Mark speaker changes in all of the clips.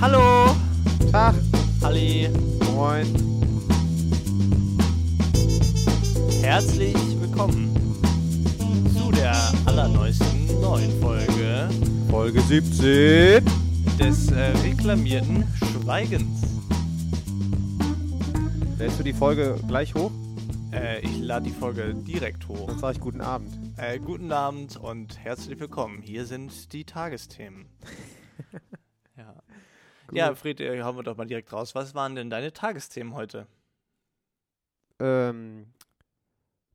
Speaker 1: Hallo.
Speaker 2: Tag.
Speaker 1: Halli.
Speaker 2: Moin.
Speaker 1: Herzlich willkommen zu der allerneuesten neuen Folge
Speaker 2: Folge 17.
Speaker 1: des äh, reklamierten Schweigens.
Speaker 2: Lädst du die Folge gleich hoch?
Speaker 1: Äh, ich lade die Folge direkt hoch.
Speaker 2: Dann sage ich guten Abend.
Speaker 1: Äh, guten Abend und herzlich willkommen. Hier sind die Tagesthemen. ja. ja, Fred, äh, hauen wir doch mal direkt raus. Was waren denn deine Tagesthemen heute?
Speaker 2: Ähm,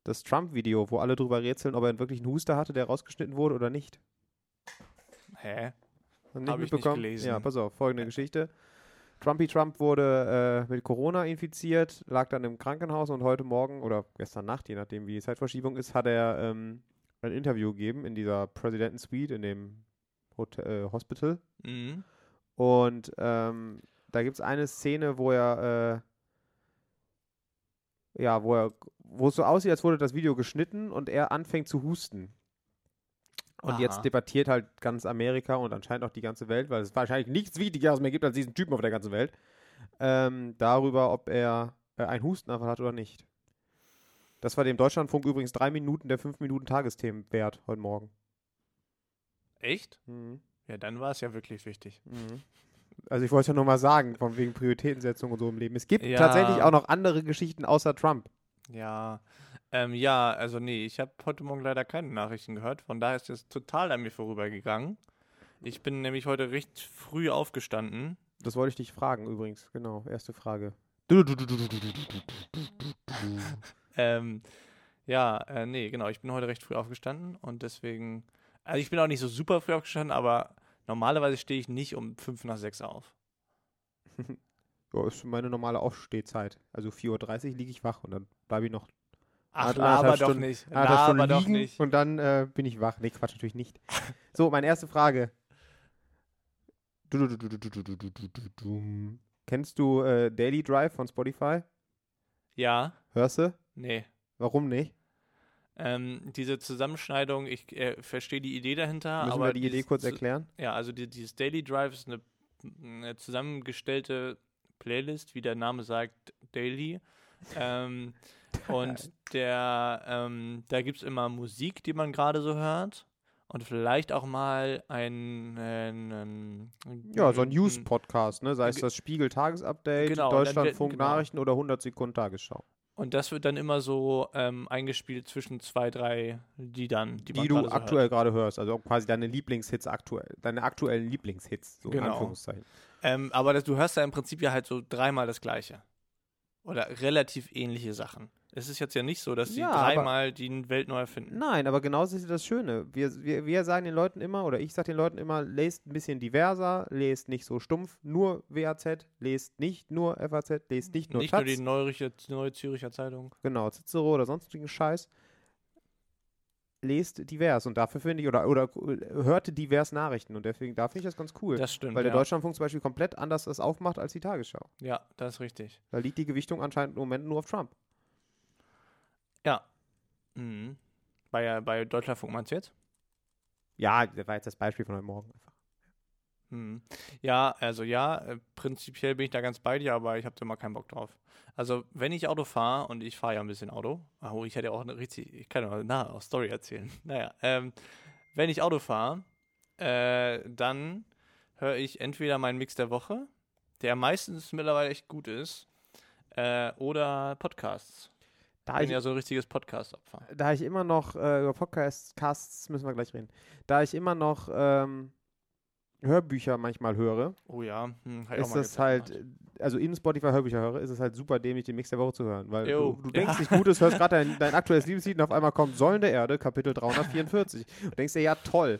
Speaker 2: das Trump-Video, wo alle drüber rätseln, ob er wirklich einen Huster hatte, der rausgeschnitten wurde oder nicht.
Speaker 1: Hä?
Speaker 2: Und
Speaker 1: Hab ich nicht
Speaker 2: mitbekommen?
Speaker 1: gelesen.
Speaker 2: Ja, pass auf, folgende Geschichte. Trumpy Trump wurde äh, mit Corona infiziert, lag dann im Krankenhaus und heute Morgen oder gestern Nacht, je nachdem wie die Zeitverschiebung ist, hat er ähm, ein Interview gegeben in dieser Presidenten Suite in dem Hotel, äh, Hospital.
Speaker 1: Mhm.
Speaker 2: Und ähm, da gibt es eine Szene, wo er, äh, ja, wo er, wo es so aussieht, als wurde das Video geschnitten und er anfängt zu husten. Und
Speaker 1: Aha.
Speaker 2: jetzt debattiert halt ganz Amerika und anscheinend auch die ganze Welt, weil es wahrscheinlich nichts Wichtigeres mehr gibt als diesen Typen auf der ganzen Welt, ähm, darüber, ob er äh, einen Hustenanfall hat oder nicht. Das war dem Deutschlandfunk übrigens drei Minuten der fünf Minuten Tagesthemen wert heute Morgen.
Speaker 1: Echt?
Speaker 2: Mhm.
Speaker 1: Ja, dann war es ja wirklich wichtig.
Speaker 2: Mhm. Also ich wollte ja nur mal sagen, von wegen Prioritätensetzung und so im Leben. Es gibt
Speaker 1: Ja.
Speaker 2: tatsächlich auch noch andere Geschichten außer Trump.
Speaker 1: Ja, ähm, ja, also nee, ich habe heute Morgen leider keine Nachrichten gehört, von daher ist es total an mir vorübergegangen. Ich bin nämlich heute recht früh aufgestanden.
Speaker 2: Das wollte ich dich fragen übrigens. Genau, erste Frage.
Speaker 1: Ähm, ja, äh, nee, genau, ich bin heute recht früh aufgestanden und deswegen, also ich bin auch nicht so super früh aufgestanden, aber normalerweise stehe ich nicht um fünf nach sechs auf.
Speaker 2: Ja, ist meine normale Aufstehzeit. Also 4.30 Uhr liege ich wach und dann bleibe ich noch
Speaker 1: Ach,
Speaker 2: Anderthalb
Speaker 1: laber doch
Speaker 2: Stunden-
Speaker 1: nicht,
Speaker 2: anderthalb Stunden
Speaker 1: laber doch
Speaker 2: liegen
Speaker 1: nicht.
Speaker 2: und dann äh, bin ich wach. Nee, Quatsch, natürlich nicht. So, meine erste Frage. Kennst du äh, Daily Drive von Spotify?
Speaker 1: Ja,
Speaker 2: Hörst du?
Speaker 1: nee.
Speaker 2: Warum nicht?
Speaker 1: Ähm, diese Zusammenschneidung, ich äh, verstehe die Idee dahinter,
Speaker 2: Müssen
Speaker 1: aber
Speaker 2: wir die Idee
Speaker 1: dieses
Speaker 2: kurz
Speaker 1: Zu-
Speaker 2: erklären?
Speaker 1: Ja, also die, dieses Daily Drive ist eine, eine zusammengestellte Playlist, wie der Name sagt, Daily. Ähm, und der, ähm, da gibt es immer Musik, die man gerade so hört. Und vielleicht auch mal ein, ein, ein
Speaker 2: Ja, so ein
Speaker 1: ein-
Speaker 2: News-Podcast, ne? sei es
Speaker 1: Ge-
Speaker 2: das Spiegel-Tagesupdate,
Speaker 1: Genau, und dann wird-
Speaker 2: Deutschlandfunk
Speaker 1: genau.
Speaker 2: Nachrichten oder 100 Sekunden Tagesschau.
Speaker 1: Und das wird dann immer so ähm, eingespielt zwischen zwei, drei Liedern, die,
Speaker 2: Die,
Speaker 1: man
Speaker 2: du
Speaker 1: gerade so hört.
Speaker 2: aktuell gerade hörst, also quasi deine Lieblingshits aktuell, deine aktuellen Lieblingshits, so in
Speaker 1: Genau.
Speaker 2: Anführungszeichen.
Speaker 1: Ähm, aber das, du hörst ja im Prinzip ja halt so dreimal das Gleiche. Oder relativ ähnliche Sachen. Es ist jetzt ja nicht so, dass die
Speaker 2: Ja, aber-
Speaker 1: dreimal die Welt neu erfinden.
Speaker 2: Nein, aber genauso ist das Schöne. Wir, wir, wir sagen den Leuten immer, oder ich sage den Leuten immer, lest ein bisschen diverser, lest nicht so stumpf, nur WAZ, lest nicht nur FAZ, lest nicht nur
Speaker 1: nicht
Speaker 2: Taz,
Speaker 1: nur die Neuriche, Neue Züricher Zeitung.
Speaker 2: genau, Cicero oder sonstigen Scheiß. Lest divers und dafür finde ich, oder, oder hörte divers Nachrichten und deswegen, da finde ich das ganz cool.
Speaker 1: Das stimmt.
Speaker 2: Weil der
Speaker 1: ja.
Speaker 2: Deutschlandfunk zum Beispiel komplett anders das aufmacht als die Tagesschau.
Speaker 1: ja, das ist richtig.
Speaker 2: Da liegt die Gewichtung anscheinend im Moment nur auf Trump.
Speaker 1: Mhm. Bei, äh, bei Deutschlandfunk meinst du jetzt?
Speaker 2: Ja, das war jetzt das Beispiel von heute Morgen. einfach.
Speaker 1: Mhm. Ja, also ja, äh, prinzipiell bin ich da ganz bei dir, aber ich habe da mal keinen Bock drauf. Also, wenn ich Auto fahre und ich fahre ja ein bisschen Auto, oh, ich hätte ja auch eine richtig, ich kann ja mal na, auch Story erzählen. Naja, ähm, wenn ich Auto fahre, äh, dann höre ich entweder meinen Mix der Woche, der meistens mittlerweile echt gut ist, äh, oder Podcasts. Ich
Speaker 2: Da
Speaker 1: bin
Speaker 2: ich,
Speaker 1: ja so ein richtiges Podcast-Opfer.
Speaker 2: da ich immer noch äh, über Podcasts Casts müssen wir gleich reden. Da ich immer noch ähm, Hörbücher manchmal höre,
Speaker 1: Oh ja, hm, hab ich auch
Speaker 2: ist
Speaker 1: mal
Speaker 2: das
Speaker 1: gedacht.
Speaker 2: halt, äh, also in Spotify Hörbücher höre, ist es halt super dämlich, den Mix der Woche zu hören. Weil
Speaker 1: Jo,
Speaker 2: du, du
Speaker 1: ja.
Speaker 2: denkst nicht Gutes, hörst gerade dein, dein aktuelles Liebeslied und auf einmal kommt Säulen der Erde, Kapitel 344. Und denkst dir, ja toll.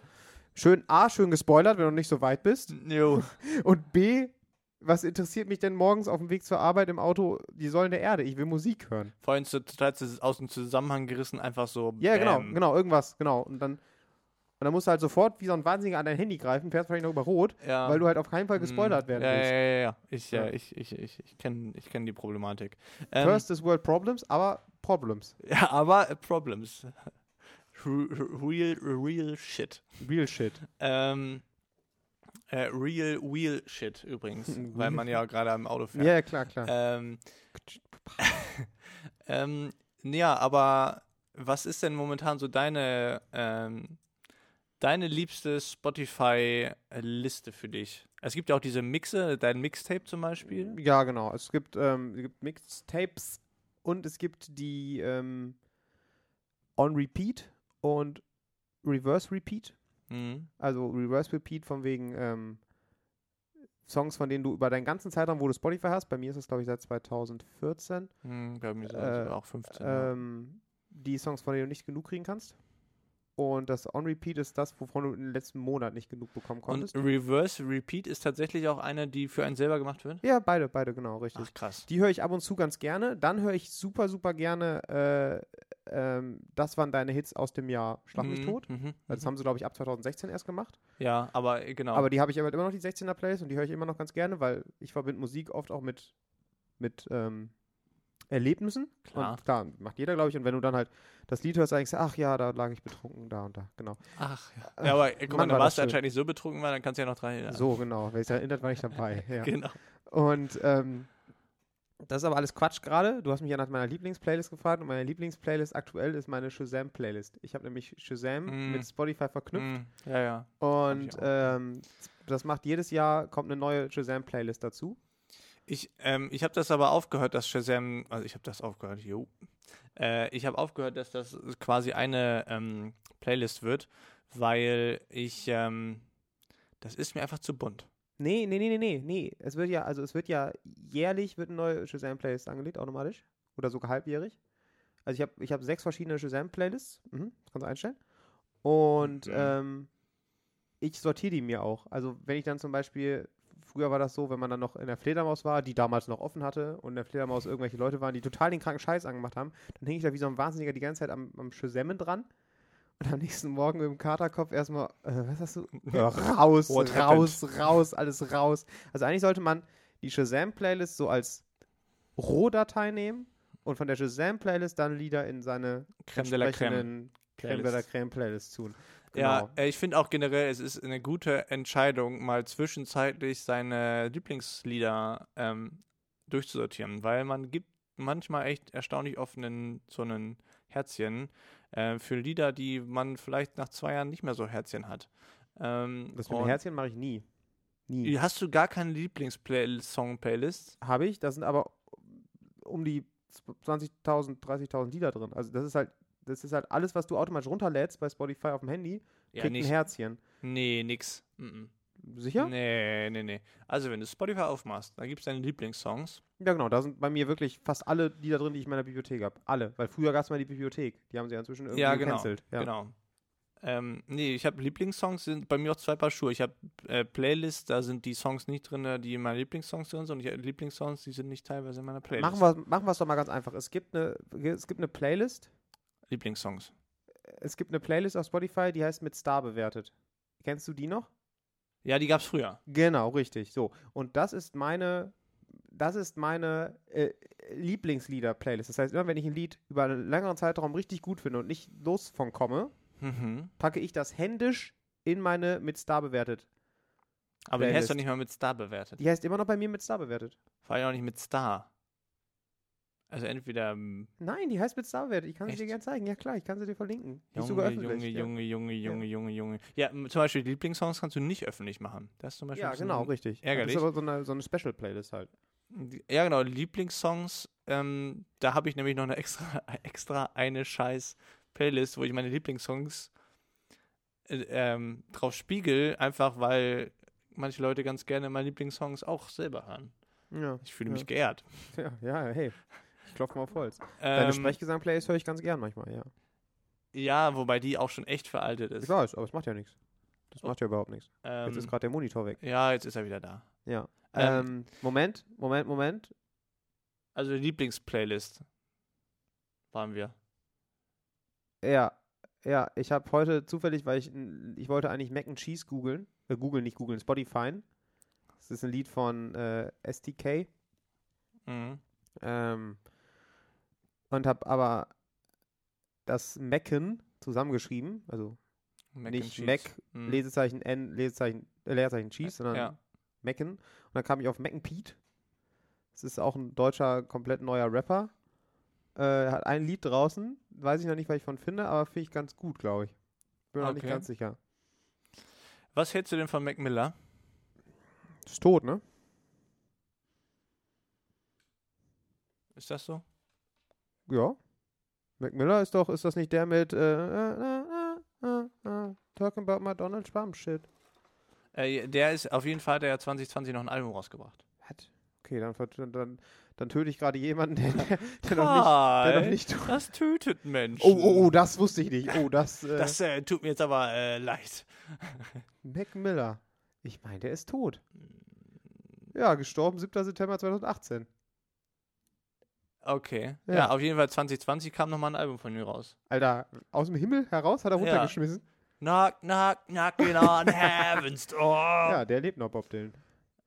Speaker 2: Schön A, schön gespoilert, wenn du nicht so weit bist.
Speaker 1: Mhm. Jo.
Speaker 2: Und B, was interessiert mich denn morgens auf dem Weg zur Arbeit im Auto die Säulen der Erde? Ich will Musik hören.
Speaker 1: Vorhin ist total zu- aus dem Zusammenhang gerissen, einfach so.
Speaker 2: Ja, genau,
Speaker 1: bam.
Speaker 2: genau, irgendwas, genau. Und dann, und dann musst du halt sofort wie so ein Wahnsinniger an dein Handy greifen, fährst vielleicht noch über Rot,
Speaker 1: Ja.
Speaker 2: weil du halt auf keinen Fall gespoilert
Speaker 1: Mm,
Speaker 2: werden
Speaker 1: Ah. ja,
Speaker 2: willst.
Speaker 1: Ja, ja, ja. Ich,
Speaker 2: Ja.
Speaker 1: äh, ich, ich, ich, ich kenne ich kenn die Problematik. Ähm,
Speaker 2: First is World Problems, aber Problems.
Speaker 1: Ja, aber äh, Problems. R- r- Real, real shit.
Speaker 2: Real shit.
Speaker 1: Ähm, Äh, Real Wheel Shit übrigens,
Speaker 2: Mhm.
Speaker 1: weil man ja gerade am Auto
Speaker 2: Ja,
Speaker 1: fährt.
Speaker 2: ja, klar, klar.
Speaker 1: Ähm, ähm, ja, aber was ist denn momentan so deine, ähm, deine liebste Spotify-Liste für dich? Es gibt ja auch diese Mixe, dein Mixtape zum Beispiel.
Speaker 2: Ja, genau. Es gibt, ähm, es gibt Mixtapes und es gibt die ähm, On Repeat und Reverse Repeat.
Speaker 1: Mhm.
Speaker 2: Also Reverse Repeat von wegen ähm, Songs, von denen du über deinen ganzen Zeitraum, wo du Spotify hast, bei mir ist es glaube ich seit 2014,
Speaker 1: Mhm, bei mir sind
Speaker 2: Äh,
Speaker 1: es auch 15. ja.
Speaker 2: ähm, die Songs, von denen du nicht genug kriegen kannst. Und das On Repeat ist das, wovon du im letzten Monat nicht genug bekommen
Speaker 1: Und
Speaker 2: konntest.
Speaker 1: Reverse Repeat ist tatsächlich auch eine, die für einen selber gemacht wird?
Speaker 2: ja, beide, beide, genau, richtig.
Speaker 1: Ach krass.
Speaker 2: Die höre ich ab und zu ganz gerne. Dann höre ich super, super gerne äh, ähm, Das waren deine Hits aus dem Jahr Schlag mich
Speaker 1: Mhm,
Speaker 2: tot. Also,
Speaker 1: mhm,
Speaker 2: Das
Speaker 1: mhm.
Speaker 2: haben sie, glaube ich, ab 2016 erst gemacht.
Speaker 1: Ja, aber äh, genau.
Speaker 2: Aber die habe ich aber immer noch, die 16er-Plays, und die höre ich immer noch ganz gerne, weil ich verbinde Musik oft auch mit, mit ähm, Erlebnissen.
Speaker 1: Klar.
Speaker 2: Und klar, macht jeder, glaube ich. Und wenn du dann halt das Lied hörst, denkst du, ach ja, da lag ich betrunken, da und da. Genau.
Speaker 1: Ach ja. ja aber äh, guck mal,
Speaker 2: Mann,
Speaker 1: da
Speaker 2: war das
Speaker 1: warst du
Speaker 2: schön.
Speaker 1: anscheinend nicht so betrunken, weil dann kannst du ja noch drei. Ja.
Speaker 2: So, genau. Wer sich erinnert, war ich dabei. Ja.
Speaker 1: Genau.
Speaker 2: Und ähm, das ist aber alles Quatsch gerade. Du hast mich ja nach meiner Lieblingsplaylist gefragt und meine Lieblingsplaylist aktuell ist meine Shazam-Playlist. Ich habe nämlich Shazam
Speaker 1: Mm.
Speaker 2: mit Spotify verknüpft
Speaker 1: Mhm. Ja, ja.
Speaker 2: und
Speaker 1: auch.
Speaker 2: ähm, das macht jedes Jahr kommt eine neue Shazam-Playlist dazu.
Speaker 1: Ich, ähm, ich habe das aber aufgehört, dass Shazam, also ich habe das aufgehört, jo. Äh, ich habe aufgehört, dass das quasi eine ähm, Playlist wird, weil ich, ähm, das ist mir einfach zu bunt.
Speaker 2: Nee, nee, nee, nee, nee, nee. Es wird ja, also es wird ja jährlich wird eine neue Shazam-Playlist angelegt, automatisch. Oder sogar halbjährig. Also ich habe ich hab sechs verschiedene Shazam-Playlists. Mhm, kannst du einstellen. Und
Speaker 1: Mhm.
Speaker 2: ähm, ich sortiere die mir auch. Also wenn ich dann zum Beispiel, früher war das so, wenn man dann noch in der Fledermaus war, die damals noch offen hatte und in der Fledermaus irgendwelche Leute waren, die total den kranken Scheiß angemacht haben, dann hing ich da wie so ein Wahnsinniger die ganze Zeit am, am Shazammen dran. Und am nächsten Morgen mit dem Katerkopf erstmal, äh, was hast du? Äh, raus,
Speaker 1: What
Speaker 2: raus, raus, alles raus. Also eigentlich sollte man die Shazam-Playlist so als Rohdatei nehmen und von der Shazam-Playlist dann Lieder in seine
Speaker 1: Creme de la Creme.
Speaker 2: entsprechenden Creme de la Creme-Playlist tun.
Speaker 1: Ja,
Speaker 2: Genau.
Speaker 1: äh, ich finde auch generell, es ist eine gute Entscheidung, mal zwischenzeitlich seine Lieblingslieder ähm, durchzusortieren, weil man gibt manchmal echt erstaunlich oft einen, so einen Herzchen äh, für Lieder, die man vielleicht nach zwei Jahren nicht mehr so Herzchen hat. Ähm,
Speaker 2: Das mit dem
Speaker 1: und-
Speaker 2: Herzchen mache ich nie. Nie.
Speaker 1: Hast du gar keine Lieblings-Song-Playlist?
Speaker 2: Habe ich, da sind aber um die 20.000, 30.000 Lieder drin. Also das ist halt, das ist halt alles, was du automatisch runterlädst bei Spotify auf dem Handy, kriegt ein Herzchen.
Speaker 1: Nee, nix. Mhm.
Speaker 2: Sicher?
Speaker 1: Nee, nee, nee. Also, wenn du Spotify aufmachst, da gibt es deine Lieblingssongs.
Speaker 2: Ja, genau. Da sind bei mir wirklich fast alle Lieder drin, die ich in meiner Bibliothek habe. Alle. Weil früher gab es mal die Bibliothek. Die haben sie ja inzwischen irgendwie
Speaker 1: Ja, genau.
Speaker 2: gecancelt. Ja.
Speaker 1: Genau. Ähm, nee, ich habe Lieblingssongs, sind bei mir auch zwei Paar Schuhe. Ich habe äh, Playlists, da sind die Songs nicht drin, die in meinen Lieblingssongs drin sind. Und ich hab Lieblingssongs, die sind nicht teilweise in meiner Playlist.
Speaker 2: Machen wir machen wir's doch mal ganz einfach. Es gibt, eine, es gibt eine Playlist.
Speaker 1: Lieblingssongs.
Speaker 2: Es gibt eine Playlist auf Spotify, die heißt mit Star bewertet. Kennst du die noch?
Speaker 1: Ja, die gab es früher.
Speaker 2: Genau, richtig. So. Und das ist meine, das ist meine äh, Lieblingslieder-Playlist. Das heißt, immer wenn ich ein Lied über einen längeren Zeitraum richtig gut finde und nicht los von komme,
Speaker 1: Mhm.
Speaker 2: packe ich das händisch in meine mit Star bewertet.
Speaker 1: Aber die hast du
Speaker 2: Playlist.
Speaker 1: nicht mal mit Star bewertet.
Speaker 2: Die heißt immer noch bei mir mit Star bewertet.
Speaker 1: Vor allem auch nicht mit Star. Also, entweder. ähm,
Speaker 2: Nein, die heißt mit Star bewertet. Ich kann sie dir
Speaker 1: Echt?
Speaker 2: gerne zeigen. Ja klar, ich kann sie dir verlinken. Die ist sogar
Speaker 1: Junge,
Speaker 2: öffentlich.
Speaker 1: Junge,
Speaker 2: ja.
Speaker 1: Junge, Junge, Junge, Junge, Junge. Ja, m- zum Beispiel Lieblingssongs kannst du nicht öffentlich machen. Das ist zum Beispiel. ein
Speaker 2: Ja,
Speaker 1: bisschen-
Speaker 2: genau, richtig.
Speaker 1: ärgerlich.
Speaker 2: Das ist aber so eine, so eine Special-Playlist halt.
Speaker 1: Die- Ja, genau. Lieblingssongs, ähm, da habe ich nämlich noch eine extra, extra eine scheiß Playlist, wo ich meine Lieblingssongs äh, ähm, drauf spiegel, einfach weil manche Leute ganz gerne meine Lieblingssongs auch selber hören.
Speaker 2: Ja,
Speaker 1: Ich fühle
Speaker 2: Ja.
Speaker 1: mich geehrt.
Speaker 2: ja, ja hey. Ich klopfe mal auf Holz. Deine
Speaker 1: Ähm,
Speaker 2: Sprechgesang-Playlist höre ich ganz gern manchmal, ja.
Speaker 1: ja, wobei die auch schon echt veraltet
Speaker 2: Ich
Speaker 1: ist.
Speaker 2: weiß, aber es macht ja nichts. Das
Speaker 1: Oh.
Speaker 2: macht ja überhaupt nichts.
Speaker 1: Ähm,
Speaker 2: Jetzt ist gerade der Monitor weg.
Speaker 1: ja, jetzt ist er wieder da.
Speaker 2: Ja.
Speaker 1: Ähm,
Speaker 2: Ähm, Moment, Moment, Moment.
Speaker 1: also Lieblingsplaylist waren wir.
Speaker 2: Ja, ja, ich habe heute zufällig, weil ich, n- ich wollte eigentlich Mac and Cheese googeln. Äh, googeln, nicht googeln, Spotify. Das ist ein Lied von äh, STK.
Speaker 1: Mhm.
Speaker 2: Ähm, und habe aber das Mecken zusammengeschrieben, also
Speaker 1: Mac
Speaker 2: nicht
Speaker 1: and
Speaker 2: Mac,
Speaker 1: Cheese. Mhm.
Speaker 2: Lesezeichen N, Lesezeichen, äh, Leerzeichen Cheese, sondern
Speaker 1: Ja.
Speaker 2: Macken. Und dann kam ich auf Macken Pete. Das ist auch ein deutscher, komplett neuer Rapper. Äh, er hat ein Lied draußen. Weiß ich noch nicht, was ich von finde, aber finde ich ganz gut, glaube ich. Bin mir noch nicht
Speaker 1: Okay.
Speaker 2: ganz sicher.
Speaker 1: Was hältst du denn von Mac Miller?
Speaker 2: Ist tot, ne?
Speaker 1: Ist das so?
Speaker 2: Ja. Mac Miller ist doch, ist das nicht der mit äh, äh, äh, äh, äh, Talking about my Donald Trump shit.
Speaker 1: Äh, der ist auf jeden Fall, der hat 2020 noch ein Album rausgebracht.
Speaker 2: What? Okay, dann, vert- dann, dann, dann töte ich gerade jemanden, der, der, der, noch nicht, der
Speaker 1: Karl,
Speaker 2: noch nicht tot
Speaker 1: das tötet Menschen.
Speaker 2: Oh, oh, oh, das wusste ich nicht. Oh, das. Äh,
Speaker 1: Das äh, tut mir jetzt aber äh, leid.
Speaker 2: Mac Miller. Ich meine, der ist tot.
Speaker 1: Hm.
Speaker 2: Ja, gestorben 7. September 2018.
Speaker 1: Okay.
Speaker 2: Ja.
Speaker 1: Ja, auf jeden Fall 2020 kam nochmal ein Album von mir raus.
Speaker 2: Alter, aus dem Himmel heraus hat er
Speaker 1: Ja.
Speaker 2: runtergeschmissen.
Speaker 1: Knock, knock, knocking on heaven's door.
Speaker 2: Ja, der lebt noch, Bob Dylan.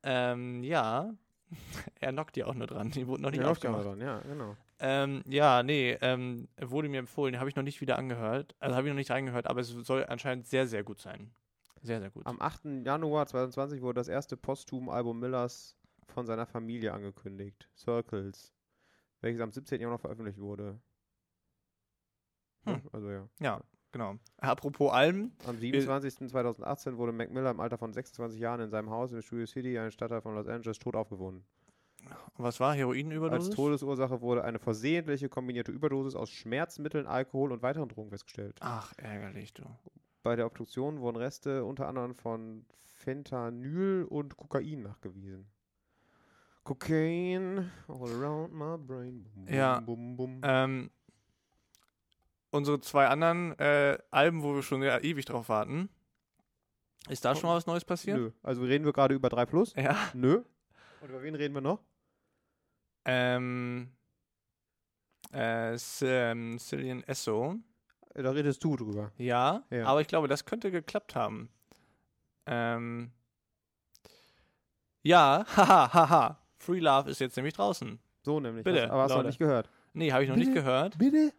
Speaker 1: Ähm, ja. er knockt ja auch nur dran. Die wurden noch nicht
Speaker 2: ja,
Speaker 1: aufgemacht.
Speaker 2: Dran. ja, genau.
Speaker 1: Ähm, ja, nee, ähm, wurde mir empfohlen. Habe ich noch nicht wieder angehört. Also habe ich noch nicht reingehört, aber es soll anscheinend sehr, sehr gut sein. Sehr, sehr gut.
Speaker 2: Am 8. Januar 2020 wurde das erste Posthum-Album Millers von seiner Familie angekündigt. Circles. Welches am 17. Januar veröffentlicht wurde.
Speaker 1: Hm. Äh.
Speaker 2: Also ja.
Speaker 1: Ja, genau. Apropos Alben,
Speaker 2: Am 27.2018 wurde Mac Miller im Alter von 26 Jahren in seinem Haus in Studio City, einem Stadtteil von Los Angeles, tot aufgefunden.
Speaker 1: was war
Speaker 2: Als
Speaker 1: Heroinüberdosis?
Speaker 2: Todesursache wurde eine versehentliche kombinierte Überdosis aus Schmerzmitteln, Alkohol und weiteren Drogen festgestellt.
Speaker 1: Ach, ärgerlich, du.
Speaker 2: Bei der Obduktion wurden Reste unter anderem von Fentanyl und Kokain nachgewiesen. Cocaine all around my brain. Bum, bum,
Speaker 1: Ja,
Speaker 2: Bum, bum.
Speaker 1: Ähm, unsere zwei anderen äh, Alben, wo wir schon ja, ewig drauf warten, ist da schon mal was Neues passiert?
Speaker 2: Oh. Nö. Also reden wir gerade über 3 Plus?
Speaker 1: Äh, Ja.
Speaker 2: Nö. Und über wen reden wir noch?
Speaker 1: Ähm, äh, S- ähm, Cillian Esso.
Speaker 2: Äh, Da redest du drüber.
Speaker 1: Ja,
Speaker 2: Ja.
Speaker 1: aber ich glaube, das könnte geklappt haben. Ähm, ja, haha, haha. Free Love ist jetzt nämlich draußen.
Speaker 2: So nämlich.
Speaker 1: Bitte,
Speaker 2: Hast, aber hast du noch
Speaker 1: Leute.
Speaker 2: nicht gehört.
Speaker 1: Nee, habe ich noch
Speaker 2: Bitte?
Speaker 1: nicht gehört.
Speaker 2: Bitte?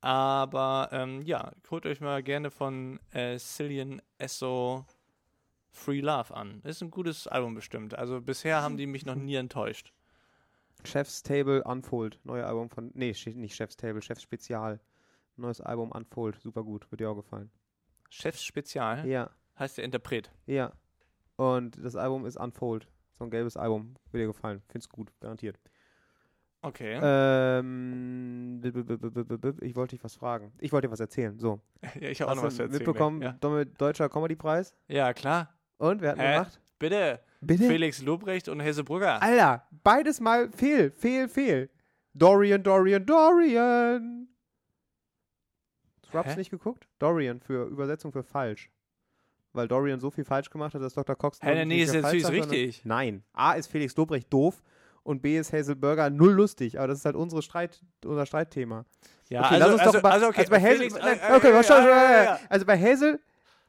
Speaker 1: Aber ähm, ja, holt euch mal gerne von äh, Cillian Esso Free Love an. Ist ein gutes Album bestimmt. Also bisher haben die mich noch nie enttäuscht.
Speaker 2: Chef's Table Unfold, neue Album von. Nee, steht nicht Chef's Table, Chef's Spezial. Neues Album Unfold, super gut, wird dir auch gefallen.
Speaker 1: Chefs Spezial
Speaker 2: Ja,
Speaker 1: heißt der Interpret.
Speaker 2: ja. Und das Album ist Unfold. So ein gelbes Album, wird dir gefallen. Find's gut, garantiert.
Speaker 1: Okay.
Speaker 2: Äh, Ähm, b- b- b- b- b- b- ich wollte dich was fragen. Ich wollte dir was erzählen. So.
Speaker 1: ja, ich habe auch noch was
Speaker 2: du
Speaker 1: zu erzählen.
Speaker 2: mitbekommen,
Speaker 1: Ja,
Speaker 2: Dommel- Deutscher Comedy-Preis.
Speaker 1: ja klar.
Speaker 2: Und wer hat denn
Speaker 1: Hä?
Speaker 2: gemacht?
Speaker 1: Bitte,
Speaker 2: Bitte?
Speaker 1: Äh, Felix Lobrecht und Hesse Brugger.
Speaker 2: Alter, beides mal fehl, fehl, fehl. Dorian, Dorian, Dorian. Scrubs
Speaker 1: Hä?
Speaker 2: nicht geguckt? Dorian für Übersetzung für falsch. Weil Dorian so viel falsch gemacht hat, dass Dr. Cox.
Speaker 1: Hä,
Speaker 2: noch
Speaker 1: nee,
Speaker 2: nicht
Speaker 1: ist
Speaker 2: für
Speaker 1: jetzt
Speaker 2: falsch
Speaker 1: süß
Speaker 2: sagt, sondern-
Speaker 1: richtig.
Speaker 2: Nein. A ist Felix Lobrecht doof und B ist Hazel Burger null lustig. Aber das ist halt unsere Streit, unser Streitthema.
Speaker 1: Ja,
Speaker 2: okay, lass uns doch über, also bei Hazel.
Speaker 1: Felix,
Speaker 2: nein,
Speaker 1: äh,
Speaker 2: okay,
Speaker 1: äh,
Speaker 2: was schon,
Speaker 1: äh, äh, äh,
Speaker 2: Also bei Hazel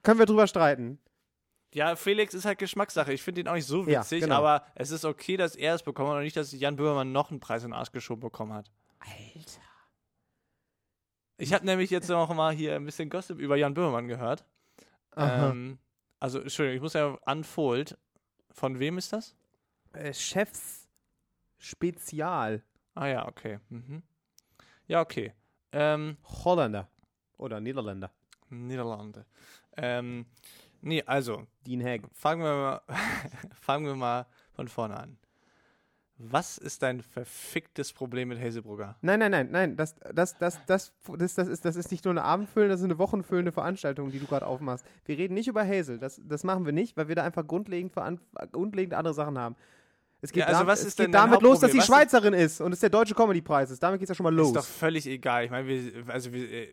Speaker 2: können wir drüber streiten.
Speaker 1: Ja, Felix ist halt Geschmackssache. Ich finde ihn auch nicht so
Speaker 2: Ja,
Speaker 1: witzig,
Speaker 2: genau.
Speaker 1: aber es ist okay, dass er es bekommen hat und nicht, dass Jan Böhmermann noch einen Preis in den Arsch geschoben bekommen hat.
Speaker 2: Alter.
Speaker 1: Ich habe nämlich jetzt noch mal hier ein bisschen Gossip über Jan Böhmermann gehört.
Speaker 2: Aha.
Speaker 1: Ähm, also, Entschuldigung, ich muss ja unfold. Von wem ist das? Ähm,
Speaker 2: Äh, Chefs Spezial.
Speaker 1: Ah ja, okay. Mhm. Ja, okay. Ähm,
Speaker 2: Holländer. Oder Niederländer.
Speaker 1: Niederlande. Ähm, nee, also,
Speaker 2: Dean Hagen.
Speaker 1: fangen wir, mal, fangen wir mal von vorne an. Was ist dein verficktes Problem mit Hazelbrugger?
Speaker 2: Nein, nein, nein, nein. Das, das, das, das, das, das, ist, das ist nicht nur eine abendfüllende, das ist eine wochenfüllende Veranstaltung, die du gerade aufmachst. Wir reden nicht über Hazel. Das, das machen wir nicht, weil wir da einfach grundlegend, veran- grundlegend andere Sachen haben. Es geht,
Speaker 1: Ja, also
Speaker 2: dam-
Speaker 1: was
Speaker 2: es
Speaker 1: ist
Speaker 2: geht
Speaker 1: denn dein
Speaker 2: damit los, dass sie
Speaker 1: Hauptproblem? Was ist-
Speaker 2: Schweizerin ist und es der deutsche Comedy-Preis ist. Damit geht es ja schon mal los.
Speaker 1: Ist doch völlig egal. Ich meine, wir, also wir, äh,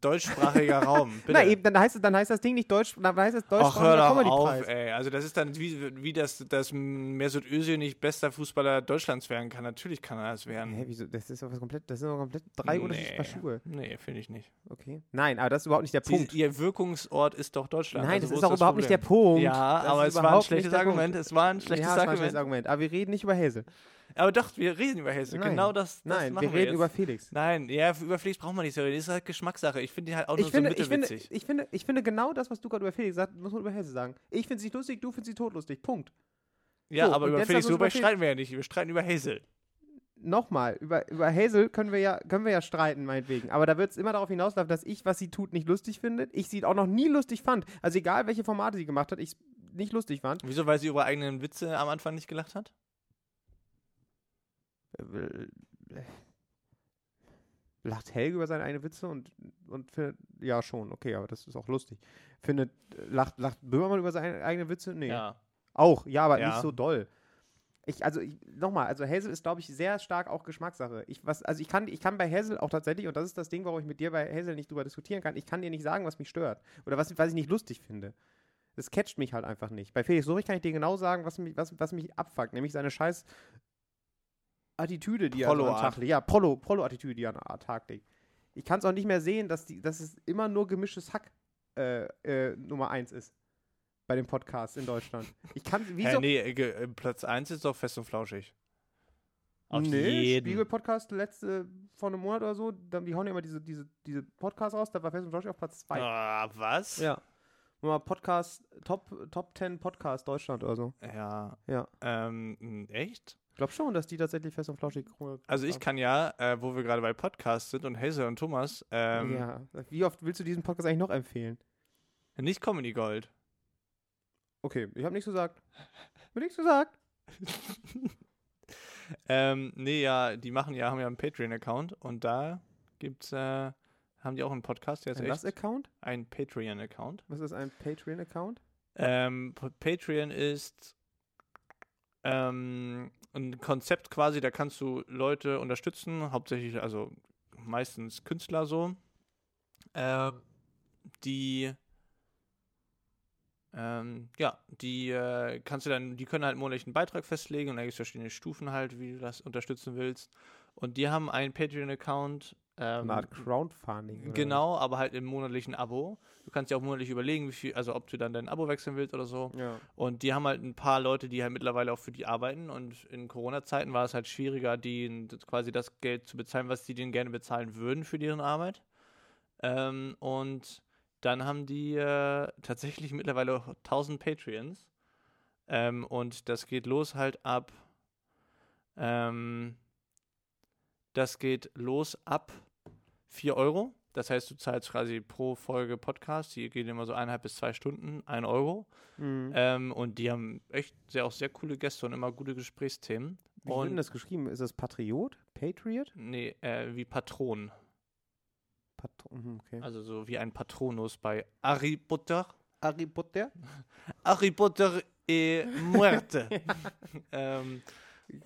Speaker 1: deutschsprachiger Raum. Bitte.
Speaker 2: Na eben, dann heißt, es, dann heißt das Ding nicht Deutsch, dann heißt es
Speaker 1: Ach, hör
Speaker 2: deutscher
Speaker 1: doch auf,
Speaker 2: Comedy-Preis.
Speaker 1: ey. Also das ist dann wie, wie das, dass Mesut Özil nicht bester Fußballer Deutschlands werden kann. Natürlich kann er das werden.
Speaker 2: Hä, wieso? Das ist doch was komplett, das sind doch komplett drei unterschiedliche Paar Schuhe.
Speaker 1: Nee, finde ich nicht.
Speaker 2: Okay. Nein, aber das ist überhaupt nicht der
Speaker 1: Sie,
Speaker 2: Punkt.
Speaker 1: Ihr Wirkungsort ist doch Deutschland.
Speaker 2: Nein,
Speaker 1: also
Speaker 2: das
Speaker 1: wo
Speaker 2: ist auch
Speaker 1: das
Speaker 2: überhaupt nicht der
Speaker 1: Problem?
Speaker 2: Punkt.
Speaker 1: Ja,
Speaker 2: Das
Speaker 1: aber
Speaker 2: ist
Speaker 1: es war ein
Speaker 2: überhaupt
Speaker 1: schlechtes
Speaker 2: nicht der Punkt.
Speaker 1: Argument. Es war ein schlechtes
Speaker 2: ja, das war ein
Speaker 1: Argument.
Speaker 2: schlechtes Argument. Aber wir reden nicht über Hazel.
Speaker 1: Aber doch, wir reden über Hazel.
Speaker 2: Nein.
Speaker 1: Genau das, das
Speaker 2: Nein, wir
Speaker 1: machen
Speaker 2: reden
Speaker 1: wir jetzt.
Speaker 2: über Felix.
Speaker 1: Nein, ja, über Felix braucht man nicht so reden. Das ist halt Geschmackssache. Ich finde die halt auch nur
Speaker 2: Ich finde,
Speaker 1: so
Speaker 2: ich, finde,
Speaker 1: mittelwitzig.
Speaker 2: ich, finde, ich finde genau das, was du gerade über Felix sagst, muss man über Hesse sagen. Ich finde sie lustig, du findest sie totlustig. Punkt.
Speaker 1: ja,
Speaker 2: so,
Speaker 1: aber
Speaker 2: und
Speaker 1: über
Speaker 2: jetzt
Speaker 1: Felix
Speaker 2: lass uns
Speaker 1: Huber
Speaker 2: über Felix-
Speaker 1: streiten wir ja nicht. Wir streiten über Hazel.
Speaker 2: Nochmal, über, über Hazel können wir, ja, können wir ja streiten, meinetwegen. Aber da wird es immer darauf hinauslaufen, dass ich, was sie tut, nicht lustig finde. Ich sie auch noch nie lustig fand. Also egal, welche Formate sie gemacht hat, ich nicht lustig fand.
Speaker 1: Wieso? Weil sie über eigenen Witze am Anfang nicht gelacht hat?
Speaker 2: Äh, lacht Helge über seine eigenen Witze und, und findet, ja schon, okay, aber das ist auch lustig. Findet, äh, lacht, lacht Böhmermann über seine eigenen Witze? Nee.
Speaker 1: Ja.
Speaker 2: Auch, ja, aber
Speaker 1: Ja.
Speaker 2: nicht so doll. Ich, also ich, nochmal, also Hazel ist, glaube ich, sehr stark auch Geschmackssache. Ich, was, also ich kann, ich kann bei Hazel auch tatsächlich, und das ist das Ding, warum ich mit dir bei Hazel nicht drüber diskutieren kann, ich kann dir nicht sagen, was mich stört. Oder was, was ich nicht lustig finde. Das catcht mich halt einfach nicht. Bei Felix Sorich kann ich dir genau sagen, was mich, was, was mich abfuckt, nämlich seine scheiß Attitüde, die er so an den
Speaker 1: Prollo-Art.
Speaker 2: Tag legt. Ja, Prollo- Prollo-Attitüde, die er an den Tag legt. Ich kann es auch nicht mehr sehen, dass, die, dass es immer nur gemischtes Hack äh, äh, Nummer eins ist bei dem Podcast in Deutschland. Ich kann,
Speaker 1: Hä,
Speaker 2: wieso?
Speaker 1: nee, äh, ge- äh, Platz 1 ist doch fest und flauschig. Auf
Speaker 2: nee,
Speaker 1: jeden.
Speaker 2: Spiegel-Podcast letzte, vor einem Monat oder so, dann, die hauen ja immer diese, diese, diese Podcasts raus, da war Fest und Flauschig auf Platz 2.
Speaker 1: Ah, was?
Speaker 2: Ja. Nur mal Podcast, Top, Top 10 Podcast Deutschland oder so.
Speaker 1: Ja.
Speaker 2: Ja.
Speaker 1: Ähm, m, echt?
Speaker 2: Ich glaube schon, dass die tatsächlich Fest und Flauschig
Speaker 1: Also ich kann ja, äh, wo wir gerade bei Podcasts sind und Hazel und Thomas, ähm,
Speaker 2: Ja. Wie oft willst du diesen Podcast eigentlich noch empfehlen?
Speaker 1: nicht Comedy Gold.
Speaker 2: Okay, ich habe nichts gesagt. Hab nichts gesagt.
Speaker 1: Ähm, nee, ja, die machen ja, haben ja einen Patreon-Account und da gibt's, äh, haben die auch einen Podcast, der ist
Speaker 2: Ein
Speaker 1: Also echt
Speaker 2: Was-Account?
Speaker 1: ein Patreon-Account.
Speaker 2: Was ist ein Patreon-Account?
Speaker 1: Ähm, P- Patreon ist ähm, ein Konzept quasi, da kannst du Leute unterstützen, hauptsächlich, also meistens Künstler so, ähm, die ähm, ja, die äh, kannst du dann, die können halt monatlich einen Beitrag festlegen und da gibt es verschiedene Stufen halt, wie du das unterstützen willst. Und die haben einen Patreon-Account. Ähm,
Speaker 2: Eine Art Crowdfunding. oder was?
Speaker 1: Genau, aber halt im monatlichen Abo. Du kannst ja auch monatlich überlegen, wie viel, also ob du dann dein Abo wechseln willst oder so.
Speaker 2: Ja.
Speaker 1: Und die haben halt ein paar Leute, die halt mittlerweile auch für die arbeiten. Und in Corona-Zeiten war es halt schwieriger, denen das- quasi das Geld zu bezahlen, was die denen gerne bezahlen würden für deren Arbeit. Ähm, und dann haben die äh, tatsächlich mittlerweile auch 1000 Patreons. Ähm, und das geht los halt ab. Ähm, das geht los ab 4 Euro. Das heißt, du zahlst quasi pro Folge Podcast, die gehen immer so eineinhalb bis zwei Stunden, 1 Euro.
Speaker 2: Mhm.
Speaker 1: Ähm, und die haben echt sehr, auch sehr coole Gäste und immer gute Gesprächsthemen.
Speaker 2: Wie wird denn
Speaker 1: Und
Speaker 2: das geschrieben? Ist das Patriot? Patriot?
Speaker 1: nee, äh, wie Patron.
Speaker 2: Patro mhm, okay.
Speaker 1: Also so wie ein Patronus bei Harry Potter.
Speaker 2: Harry Potter?
Speaker 1: Harry Potter e Muerte. ähm,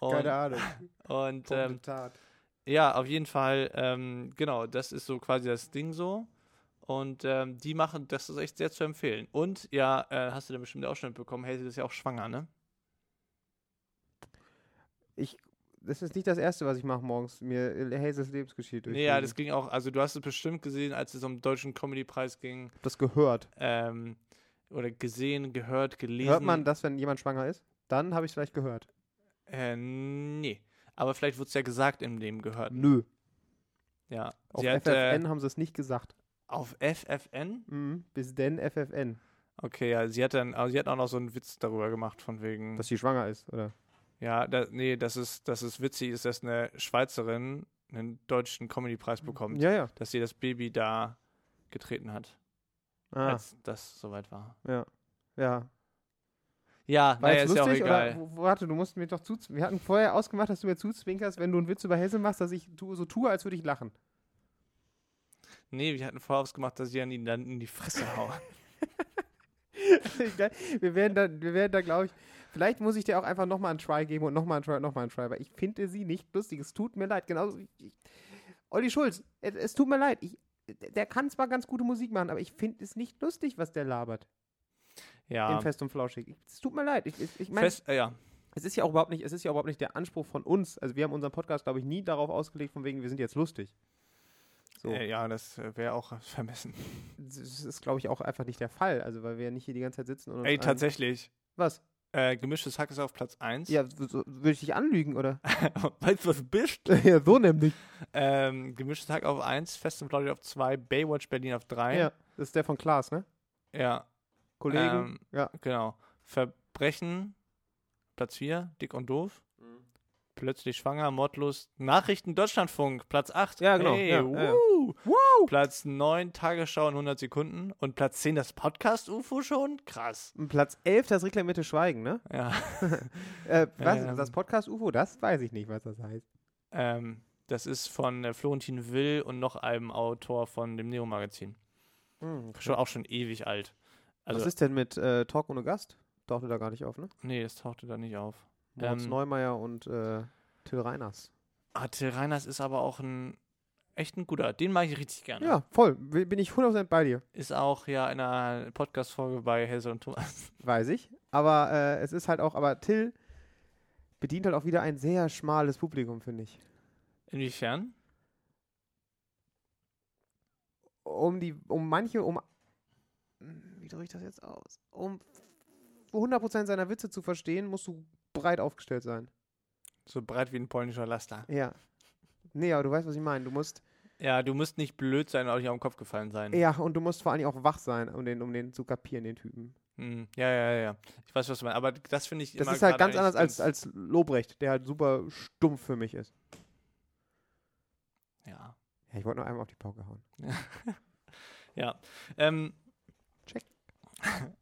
Speaker 1: und
Speaker 2: Keine Ahnung.
Speaker 1: und ähm,
Speaker 2: Tat.
Speaker 1: Ja, auf jeden Fall, ähm, genau, das ist so quasi das Ding so. Und ähm, die machen, das ist echt sehr zu empfehlen. Und ja, äh, hast du dann bestimmt auch schon mitbekommen, Hazel ist ja auch schwanger, ne?
Speaker 2: Das ist nicht das Erste, was ich mache morgens. Mir äh, Hazels Lebensgeschichte
Speaker 1: Nee, ja, das
Speaker 2: durchlesen.
Speaker 1: ging auch, also du hast es bestimmt gesehen, als es um den deutschen Comedy-Preis ging.
Speaker 2: das gehört.
Speaker 1: ähm, oder gesehen, gehört, gelesen.
Speaker 2: Hört man das, wenn jemand schwanger ist? Dann habe ich es vielleicht gehört.
Speaker 1: Äh, nee. Aber vielleicht wurde es ja gesagt in dem gehört.
Speaker 2: Nö.
Speaker 1: Ja.
Speaker 2: Auf
Speaker 1: Sie hat,
Speaker 2: FFN
Speaker 1: Äh,
Speaker 2: haben sie es nicht gesagt.
Speaker 1: auf FFN?
Speaker 2: Mhm. Bis denn FFN.
Speaker 1: Okay, ja, sie hat dann, aber sie hat auch noch so einen Witz darüber gemacht, von wegen.
Speaker 2: Dass sie schwanger ist, oder?
Speaker 1: ja, da, nee, das ist, das ist witzig, ist, dass eine Schweizerin einen deutschen Comedy-Preis bekommt,
Speaker 2: Ja, ja.
Speaker 1: dass sie das Baby da getreten hat,
Speaker 2: Ah,
Speaker 1: als das soweit war.
Speaker 2: ja.
Speaker 1: Ja,
Speaker 2: War
Speaker 1: naja,
Speaker 2: jetzt
Speaker 1: ist ja auch
Speaker 2: lustig,
Speaker 1: egal.
Speaker 2: oder? W- Warte, du musst mir doch zu. Wir hatten vorher ausgemacht, dass du mir zuzwinkerst, wenn du einen Witz über Hazel machst, dass ich tu- so tue, als würde ich lachen.
Speaker 1: Nee, wir hatten vorher ausgemacht, dass sie an ihn dann in die Fresse hauen.
Speaker 2: Geil. wir werden da, wir werden da, glaube ich, vielleicht muss ich dir auch einfach nochmal einen Try geben und nochmal einen Try und nochmal einen Try, weil ich finde sie nicht lustig. Es tut mir leid. Genauso wie ich, Olli Schulz, es, es tut mir leid. Ich, der kann zwar ganz gute Musik machen, aber ich finde es nicht lustig, was der labert
Speaker 1: Ja.
Speaker 2: im Fest und Flauschig. Ich, es tut mir leid. Ich, ich, ich meine,
Speaker 1: Fest, äh, ja.
Speaker 2: es ist ja auch überhaupt nicht, es ist ja überhaupt nicht der Anspruch von uns. Also wir haben unseren Podcast, glaube ich, nie darauf ausgelegt, von wegen, wir sind jetzt lustig. So.
Speaker 1: Äh, ja, das wäre auch äh, vermessen.
Speaker 2: Das ist, glaube ich, auch einfach nicht der Fall. Also, weil wir ja nicht hier die ganze Zeit sitzen und uns
Speaker 1: Ey,
Speaker 2: einen-
Speaker 1: tatsächlich.
Speaker 2: Was?
Speaker 1: Äh, gemischtes Hack ist auf Platz 1.
Speaker 2: Ja, so, so- würde ich dich anlügen, oder?
Speaker 1: Weißt du, was du bist?
Speaker 2: ja, so nämlich.
Speaker 1: Ähm, gemischtes Hack auf 1, Fest und Flauschig auf 2, Baywatch Berlin auf 3.
Speaker 2: Ja, das ist der von Klaas, ne?
Speaker 1: ja
Speaker 2: Kollegen.
Speaker 1: Ähm,
Speaker 2: ja.
Speaker 1: Genau. Verbrechen, Platz 4, dick und doof.
Speaker 2: Mhm.
Speaker 1: Plötzlich schwanger, Mordlust, Nachrichten Deutschlandfunk, Platz 8.
Speaker 2: Ja, genau.
Speaker 1: Hey,
Speaker 2: Ja, ja, ja.
Speaker 1: wuhu. Platz 9, Tagesschau in 100 Sekunden. Und Platz 10, das Podcast-UFO schon? Krass.
Speaker 2: Und Platz 11, das reklamierte Schweigen, ne?
Speaker 1: Ja.
Speaker 2: Äh, was,
Speaker 1: Ähm.
Speaker 2: das Podcast UFO, das weiß ich nicht, was das heißt.
Speaker 1: ähm, das ist von äh, Florentin Will und noch einem Autor von dem Neo-Magazin.
Speaker 2: Hm.
Speaker 1: Schon, auch schon ewig alt. Also,
Speaker 2: was ist denn mit äh, Talk ohne Gast? Tauchte da gar nicht auf, ne?
Speaker 1: nee, das tauchte da nicht auf.
Speaker 2: Moritz
Speaker 1: Ähm.
Speaker 2: Neumeier und äh, Till Reiners.
Speaker 1: Ah, Till Reiners ist aber auch ein echt ein guter. Den mag ich richtig gerne.
Speaker 2: Ja, voll. Bi- Bin ich 100% bei dir.
Speaker 1: Ist auch ja in einer Podcast-Folge bei Hazel und Thomas.
Speaker 2: Weiß ich. Aber äh, es ist halt auch, aber Till bedient halt auch wieder ein sehr schmales Publikum, finde ich.
Speaker 1: Inwiefern?
Speaker 2: Um die, um manche, um, wie drücke ich das jetzt aus? Um 100% seiner Witze zu verstehen, musst du breit aufgestellt sein.
Speaker 1: So breit wie ein polnischer Laster.
Speaker 2: Ja. Nee, aber du weißt, was ich meine. Du musst,
Speaker 1: Ja, du musst nicht blöd sein und auch nicht auf den Kopf gefallen sein.
Speaker 2: ja, und du musst vor allen Dingen auch wach sein, um den, um den zu kapieren, den Typen.
Speaker 1: Hm, ja, ja, ja. Ich weiß, was du meinst. Aber das finde ich
Speaker 2: Das
Speaker 1: immer
Speaker 2: ist halt
Speaker 1: gerade
Speaker 2: ganz anders
Speaker 1: eigentlich
Speaker 2: als, als Lobrecht, der halt super stumpf für mich ist.
Speaker 1: ganz- Ja.
Speaker 2: Ja, ich wollte noch einmal auf die Pauke hauen.
Speaker 1: ja. Ähm,
Speaker 2: Check.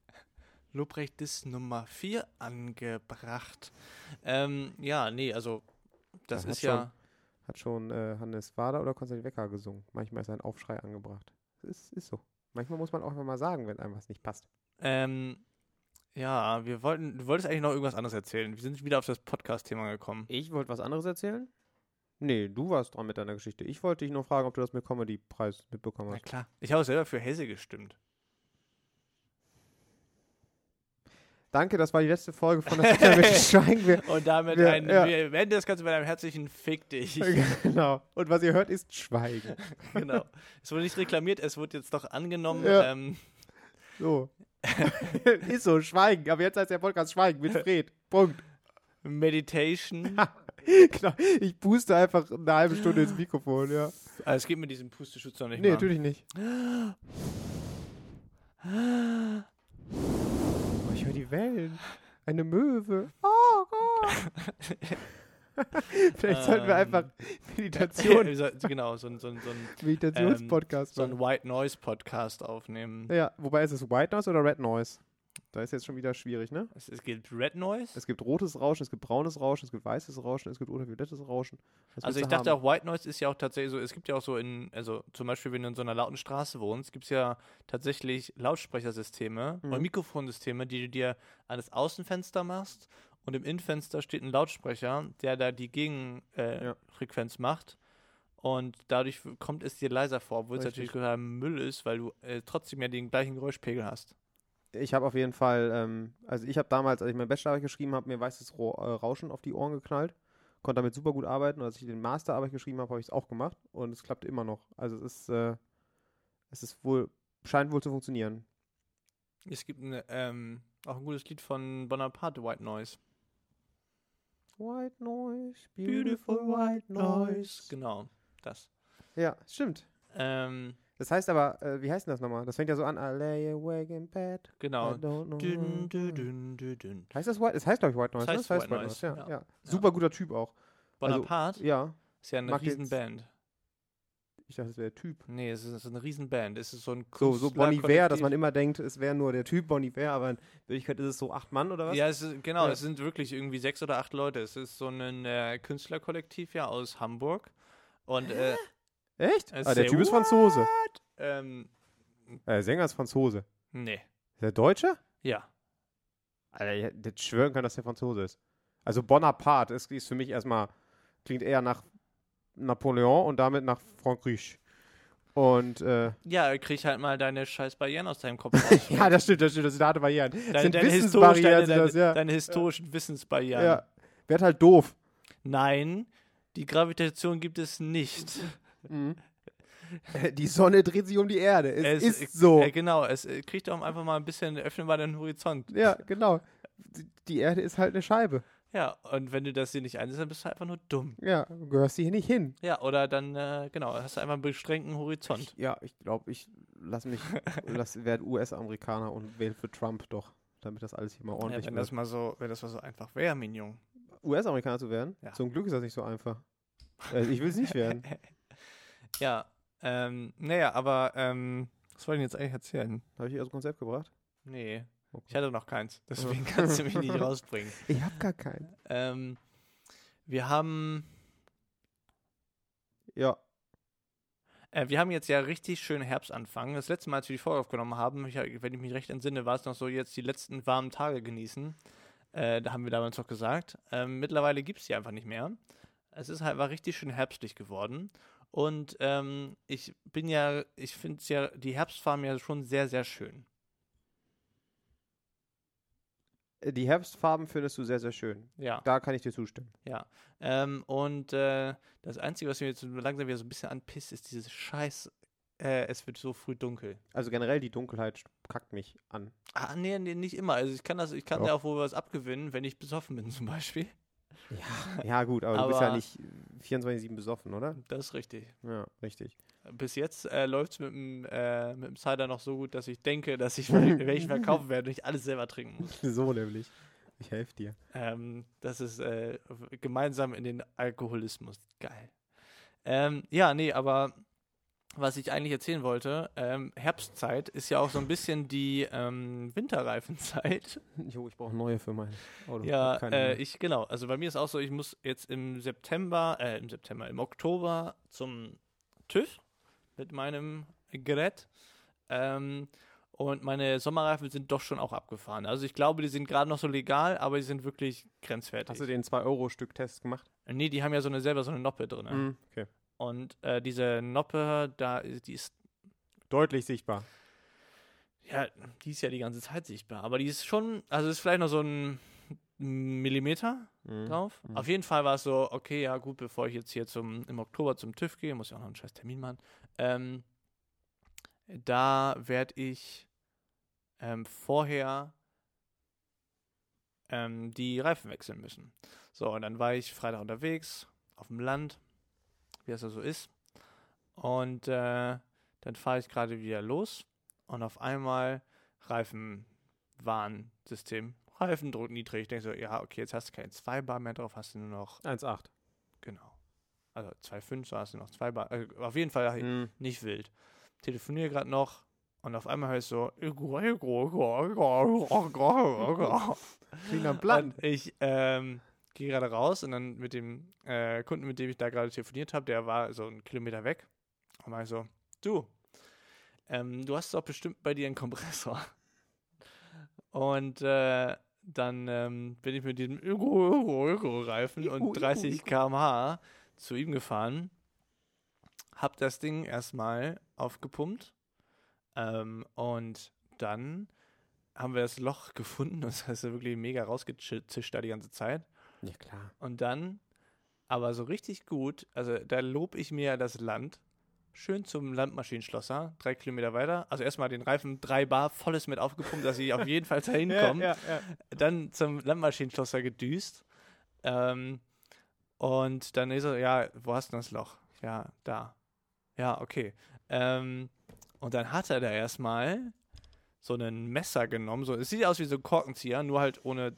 Speaker 1: Lobrecht ist Nummer 4 angebracht. Ähm, ja, nee, also das,
Speaker 2: Das hat
Speaker 1: ist ja.
Speaker 2: Hat schon äh, Hannes Wader oder Konstantin Wecker gesungen. Manchmal ist ein Aufschrei angebracht. Das ist, ist so. Manchmal muss man auch einfach mal sagen, wenn einem was nicht passt.
Speaker 1: Ähm, ja, wir wollten, du wolltest eigentlich noch irgendwas anderes erzählen. Wir sind wieder auf das Podcast-Thema gekommen.
Speaker 2: Ich wollte was anderes erzählen? Nee, du warst dran mit deiner Geschichte. Ich wollte dich nur fragen, ob du das mit Comedy-Preis mitbekommen
Speaker 1: Na
Speaker 2: hast.
Speaker 1: klar. Ich habe selber für Hesse gestimmt.
Speaker 2: Danke, das war die letzte Folge von das Internet Schweigen wir.
Speaker 1: Und damit
Speaker 2: Ja,
Speaker 1: ein,
Speaker 2: ja.
Speaker 1: wir beenden das Ganze mit einem herzlichen Fick dich.
Speaker 2: genau. Und was ihr hört, ist Schweigen.
Speaker 1: genau. Es wurde nicht reklamiert, es wurde jetzt doch angenommen.
Speaker 2: Ja.
Speaker 1: Ähm,
Speaker 2: So. ist so, Schweigen. Aber jetzt heißt der Podcast Schweigen mit Fred. Punkt.
Speaker 1: Meditation.
Speaker 2: genau. Ich puste einfach eine halbe Stunde ins Mikrofon, ja.
Speaker 1: Ah, es geht mit diesem Pusteschutz noch nicht
Speaker 2: Nee,
Speaker 1: mal.
Speaker 2: natürlich nicht. Oh, ich höre die Wellen. Eine Möwe. Oh Gott. Vielleicht sollten wir
Speaker 1: Ähm.
Speaker 2: einfach Meditation,
Speaker 1: so, genau, so, ein- so, ein- so ein,
Speaker 2: Meditationspodcast
Speaker 1: so
Speaker 2: machen.
Speaker 1: ein White Noise Podcast aufnehmen.
Speaker 2: Ja, wobei ist es White Noise oder Red Noise? Da ist jetzt schon wieder schwierig, ne?
Speaker 1: Es, es gibt Red Noise.
Speaker 2: Es gibt rotes Rauschen, es gibt braunes Rauschen, es gibt weißes Rauschen, es gibt ultraviolettes Rauschen. Was
Speaker 1: also
Speaker 2: willst
Speaker 1: ich
Speaker 2: du
Speaker 1: dachte
Speaker 2: haben?
Speaker 1: auch, White Noise ist ja auch tatsächlich so, es gibt ja auch so in, also zum Beispiel, wenn du in so einer lauten Straße wohnst, gibt es ja tatsächlich Lautsprechersysteme
Speaker 2: Mhm.
Speaker 1: oder Mikrofonsysteme, die du dir an das Außenfenster machst und im Innenfenster steht ein Lautsprecher, der da die Gegenfrequenz äh,
Speaker 2: Ja.
Speaker 1: Frequenz macht und dadurch kommt es dir leiser vor, obwohl es
Speaker 2: Richtig.
Speaker 1: natürlich total Müll ist, weil du äh, trotzdem ja den gleichen Geräuschpegel hast.
Speaker 2: ich habe auf jeden Fall, ähm, also ich habe damals, als ich mein Bachelorarbeit geschrieben habe, mir weißes Ro äh, Rauschen auf die Ohren geknallt. Konnte damit super gut arbeiten. Und als ich den Masterarbeit geschrieben habe, habe ich es auch gemacht. Und es klappt immer noch. Also es ist, äh, es ist wohl, scheint wohl zu funktionieren.
Speaker 1: Es gibt eine, ähm, auch ein gutes Lied von Bonaparte, White Noise.
Speaker 2: White Noise, beautiful White Noise.
Speaker 1: Genau, das.
Speaker 2: Ja, stimmt.
Speaker 1: Ähm,
Speaker 2: Das heißt aber, äh, wie heißt denn das nochmal? Das fängt ja so an, I lay awake in bed.
Speaker 1: Genau.
Speaker 2: I don't know.
Speaker 1: Dün,
Speaker 2: what-
Speaker 1: dün, dün, dün, dün.
Speaker 2: Heißt das White? Es heißt, glaube ich, White Noise.
Speaker 1: Das
Speaker 2: ne?
Speaker 1: heißt White Noise,
Speaker 2: Ja, ja.
Speaker 1: Ja.
Speaker 2: Super guter Typ auch.
Speaker 1: Bonaparte
Speaker 2: Ja.
Speaker 1: ist ja eine
Speaker 2: Also, mag jetzt-
Speaker 1: Riesenband.
Speaker 2: Ich dachte, das wäre der Typ.
Speaker 1: Nee, es ist, es ist eine Riesenband. Es ist so ein
Speaker 2: So, so Bonnie
Speaker 1: Künstlerkollektiv.
Speaker 2: Ware, dass man immer denkt, es wäre nur der Typ Bonnie Ware, aber in Wirklichkeit ist es so acht Mann oder was?
Speaker 1: Ja, es ist, genau,
Speaker 2: Ja.
Speaker 1: es sind wirklich irgendwie sechs oder acht Leute. Es ist so ein äh, Künstlerkollektiv ja aus Hamburg. Und äh,
Speaker 2: Echt?
Speaker 1: Es
Speaker 2: Ah, der
Speaker 1: ist
Speaker 2: Typ
Speaker 1: der-
Speaker 2: ist Franzose.
Speaker 1: ähm,
Speaker 2: Äh, der Sänger ist Franzose.
Speaker 1: nee.
Speaker 2: Ist der Deutscher?
Speaker 1: Ja.
Speaker 2: Alter, ich hätte jetzt schwören können, dass der Franzose ist. Also Bonaparte ist, ist für mich erstmal, klingt eher nach Napoleon und damit nach Frankreich. Und, äh,
Speaker 1: Ja, krieg halt mal deine scheiß Barrieren aus deinem Kopf raus.
Speaker 2: ja, das stimmt, das stimmt, das sind harte Barrieren. Das
Speaker 1: Deine,
Speaker 2: sind
Speaker 1: deine, historisch,
Speaker 2: Wissensbarrieren,
Speaker 1: deine,
Speaker 2: sind das,
Speaker 1: deine,
Speaker 2: ja.
Speaker 1: deine historischen Wissensbarrieren.
Speaker 2: ja. Werd halt doof.
Speaker 1: Nein, die Gravitation gibt es nicht.
Speaker 2: Die Sonne dreht sich um die Erde. Es,
Speaker 1: Es-
Speaker 2: ist so.
Speaker 1: Äh, genau, es äh, kriegt auch einfach mal ein bisschen, öffnen wir den Horizont.
Speaker 2: Ja, genau. die Erde ist halt eine Scheibe.
Speaker 1: Ja, und wenn du das hier nicht einsehst, dann bist du einfach nur dumm.
Speaker 2: Ja, du gehörst du hier nicht hin.
Speaker 1: Ja, oder dann, äh, genau, hast du einfach einen beschränkten Horizont.
Speaker 2: Ja, ich glaube, ich lass mich, lass, werde US-Amerikaner und wähle für Trump doch, damit das alles hier mal
Speaker 1: Ja,
Speaker 2: ordentlich
Speaker 1: wenn,
Speaker 2: wird.
Speaker 1: das mal so, wenn das mal so einfach wäre, Mignon.
Speaker 2: US-Amerikaner zu werden?
Speaker 1: Ja.
Speaker 2: Zum Glück ist das nicht so einfach. Also ich will es nicht werden.
Speaker 1: Ja, ähm, naja, aber, ähm, was wollte ich jetzt eigentlich erzählen?
Speaker 2: Habe ich aus dem Konzept gebracht?
Speaker 1: Nee,
Speaker 2: Okay.
Speaker 1: ich hatte noch keins, deswegen kannst du mich nicht rausbringen.
Speaker 2: Ich habe gar keinen.
Speaker 1: Ähm, wir haben,
Speaker 2: Ja,
Speaker 1: äh, wir haben jetzt ja richtig schön Herbstanfang. Das letzte Mal, als wir die Folge aufgenommen haben, ich, wenn ich mich recht entsinne, war es noch so, jetzt die letzten warmen Tage genießen. Äh, da haben wir damals noch gesagt. Ähm, mittlerweile gibt es die einfach nicht mehr. Es ist halt, war richtig schön herbstlich geworden. Und ähm, ich bin ja, ich finde es ja, die Herbstfarben ja schon sehr, sehr schön.
Speaker 2: die Herbstfarben findest du sehr, sehr schön.
Speaker 1: Ja.
Speaker 2: Da kann ich dir zustimmen.
Speaker 1: Ähm, und äh, das Einzige, was mir jetzt so langsam wieder so ein bisschen anpisst, ist dieses Scheiß, äh, es wird so früh dunkel.
Speaker 2: Also generell die Dunkelheit kackt mich an.
Speaker 1: Ah, nee, nee, nicht immer. Also ich kann das, ich kann
Speaker 2: Doch.
Speaker 1: ja auch wohl was abgewinnen, wenn ich besoffen bin zum Beispiel.
Speaker 2: Ja, ja gut, aber, du bist ja
Speaker 1: Aber-
Speaker 2: nicht 24-7 besoffen, oder?
Speaker 1: Das ist richtig.
Speaker 2: Ja, richtig.
Speaker 1: Bis jetzt äh, läuft es mit, dem, äh, mit dem Cider noch so gut, dass ich denke, dass ich, wenn ich verkaufen werde, nicht alles selber trinken muss.
Speaker 2: So nämlich. Ich helfe dir.
Speaker 1: Ähm, das ist äh, w- gemeinsam in den Alkoholismus. Geil. Ähm, ja, nee, aber was ich eigentlich erzählen wollte, ähm, Herbstzeit ist ja auch so ein bisschen die ähm, Winterreifenzeit.
Speaker 2: Jo, ich brauche neue für mein
Speaker 1: Ja,
Speaker 2: Auto. Ich hab keine
Speaker 1: äh,
Speaker 2: mehr.
Speaker 1: ich, genau. Also bei mir ist auch so, ich muss jetzt im September, äh, im September, im Oktober zum TÜV mit meinem Gerät. Ähm, und meine Sommerreifen sind doch schon auch abgefahren. Also ich glaube, die sind gerade noch so legal, aber die sind wirklich grenzwertig.
Speaker 2: Hast du den 2-Euro-Stück-Test gemacht?
Speaker 1: Nee, die haben ja so eine selber so eine Noppe drin.
Speaker 2: Mm, okay.
Speaker 1: Und äh, diese Noppe, da die ist
Speaker 2: Deutlich sichtbar.
Speaker 1: ja, die ist ja die ganze Zeit sichtbar, aber die ist schon, also ist vielleicht noch so ein Millimeter
Speaker 2: Mhm.
Speaker 1: drauf.
Speaker 2: mhm.
Speaker 1: Auf jeden Fall war es so, okay, ja gut, bevor ich jetzt hier zum im Oktober zum TÜV gehe, muss ich auch noch einen scheiß Termin machen. Ähm, da werde ich ähm, vorher ähm, die Reifen wechseln müssen. So, und dann war ich Freitag unterwegs, auf dem Land, wie das da so ist. Und äh, dann fahre ich gerade wieder los und auf einmal Reifenwarnsystem. Reifendruck niedrig. Ich denke so, ja, okay, jetzt hast du keine 2 Bar mehr drauf, hast du nur noch,
Speaker 2: 1,8.
Speaker 1: genau. Also 2,5, so hast du noch 2 Bar. Also auf jeden Fall
Speaker 2: Mhm.
Speaker 1: nicht wild. Telefoniere gerade noch und auf einmal höre ich so, und
Speaker 2: Klingt am Plan.
Speaker 1: ich ähm, gehe gerade raus und dann mit dem äh, Kunden, mit dem ich da gerade telefoniert habe, der war so einen Kilometer weg. Und war ich so, du, ähm, du hast doch bestimmt bei dir einen Kompressor. Und äh, dann ähm, bin ich mit diesem Öko, Öko, Öko-Reifen
Speaker 2: Öko, Öko,
Speaker 1: und 30 km/h zu ihm gefahren. Hab das Ding erstmal aufgepumpt. Ähm, und dann haben wir das Loch gefunden. Das heißt, wirklich mega rausgezischt da die ganze Zeit.
Speaker 2: Ja, klar.
Speaker 1: Und dann, aber so richtig gut, also da lob ich mir ja das Land. Schön zum Landmaschinenschlosser, drei Kilometer weiter. Also erstmal den Reifen drei Bar volles mit aufgepumpt, dass ich auf jeden Fall dahin komme. Dann zum Landmaschinenschlosser gedüst. Ähm, und dann ist er, ja, wo hast du denn das Loch? Ja, da. Ja, okay. Ähm, und dann hat er da erstmal so ein Messer genommen. So, es sieht aus wie so ein Korkenzieher, nur halt ohne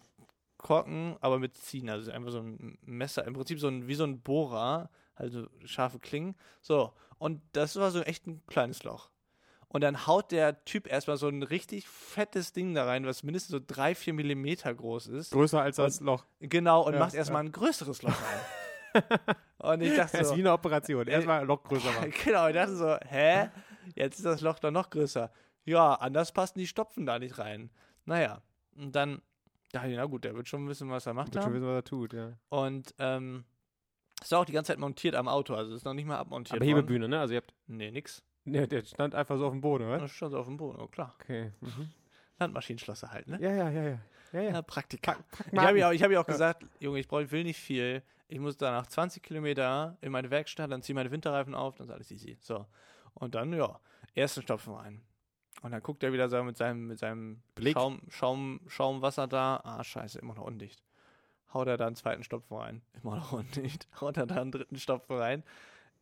Speaker 1: Korken, aber mit Ziehen. Also einfach so ein Messer, im Prinzip so ein, wie so ein Bohrer, also scharfe Klingen. So, und das war so echt ein kleines Loch. Und dann haut der Typ erstmal so ein richtig fettes Ding da rein, was mindestens so drei, vier Millimeter groß ist.
Speaker 2: Größer als das Loch.
Speaker 1: Genau, und
Speaker 2: Ja,
Speaker 1: macht
Speaker 2: ja.
Speaker 1: erstmal ein größeres Loch rein. und ich dachte
Speaker 2: Das
Speaker 1: so,
Speaker 2: ist wie eine Operation. Erstmal ein Loch größer machen.
Speaker 1: genau, ich dachte so, hä? Jetzt ist das Loch doch noch größer. Ja, anders passen die Stopfen da nicht rein. Naja, und dann dachte ich, na gut, der wird schon wissen, was er macht.
Speaker 2: Wird
Speaker 1: da.
Speaker 2: schon wissen, was er tut, ja.
Speaker 1: Und ähm, ist auch die ganze Zeit montiert am Auto, also ist noch nicht mal abmontiert.
Speaker 2: Aber
Speaker 1: worden.
Speaker 2: Hebebühne, ne? Also ihr habt.
Speaker 1: Nee, nix.
Speaker 2: Ne, der stand einfach so auf dem Boden, oder?
Speaker 1: Das ist schon so auf dem Boden, oh klar.
Speaker 2: Okay. Mhm.
Speaker 1: Landmaschinenschlosser halt, ne?
Speaker 2: Ja, ja, ja, ja. Ja, ja.
Speaker 1: Ja, Praktika. Ich
Speaker 2: Marken.
Speaker 1: habe ja, auch- ich hab ja auch
Speaker 2: Ja.
Speaker 1: gesagt, Junge, ich brauch, will nicht viel. Ich muss danach 20 Kilometer in meine Werkstatt, dann ziehe meine Winterreifen auf, dann ist alles easy. So. Und dann, ja, ersten Stopfen rein. Und dann guckt er wieder so mit seinem, mit seinem
Speaker 2: Blick.
Speaker 1: Schaum, Schaum, Schaumwasser da. Ah, scheiße, immer noch undicht. Haut er da einen zweiten Stopfen rein. Immer noch undicht. Haut er da einen dritten Stopfen rein.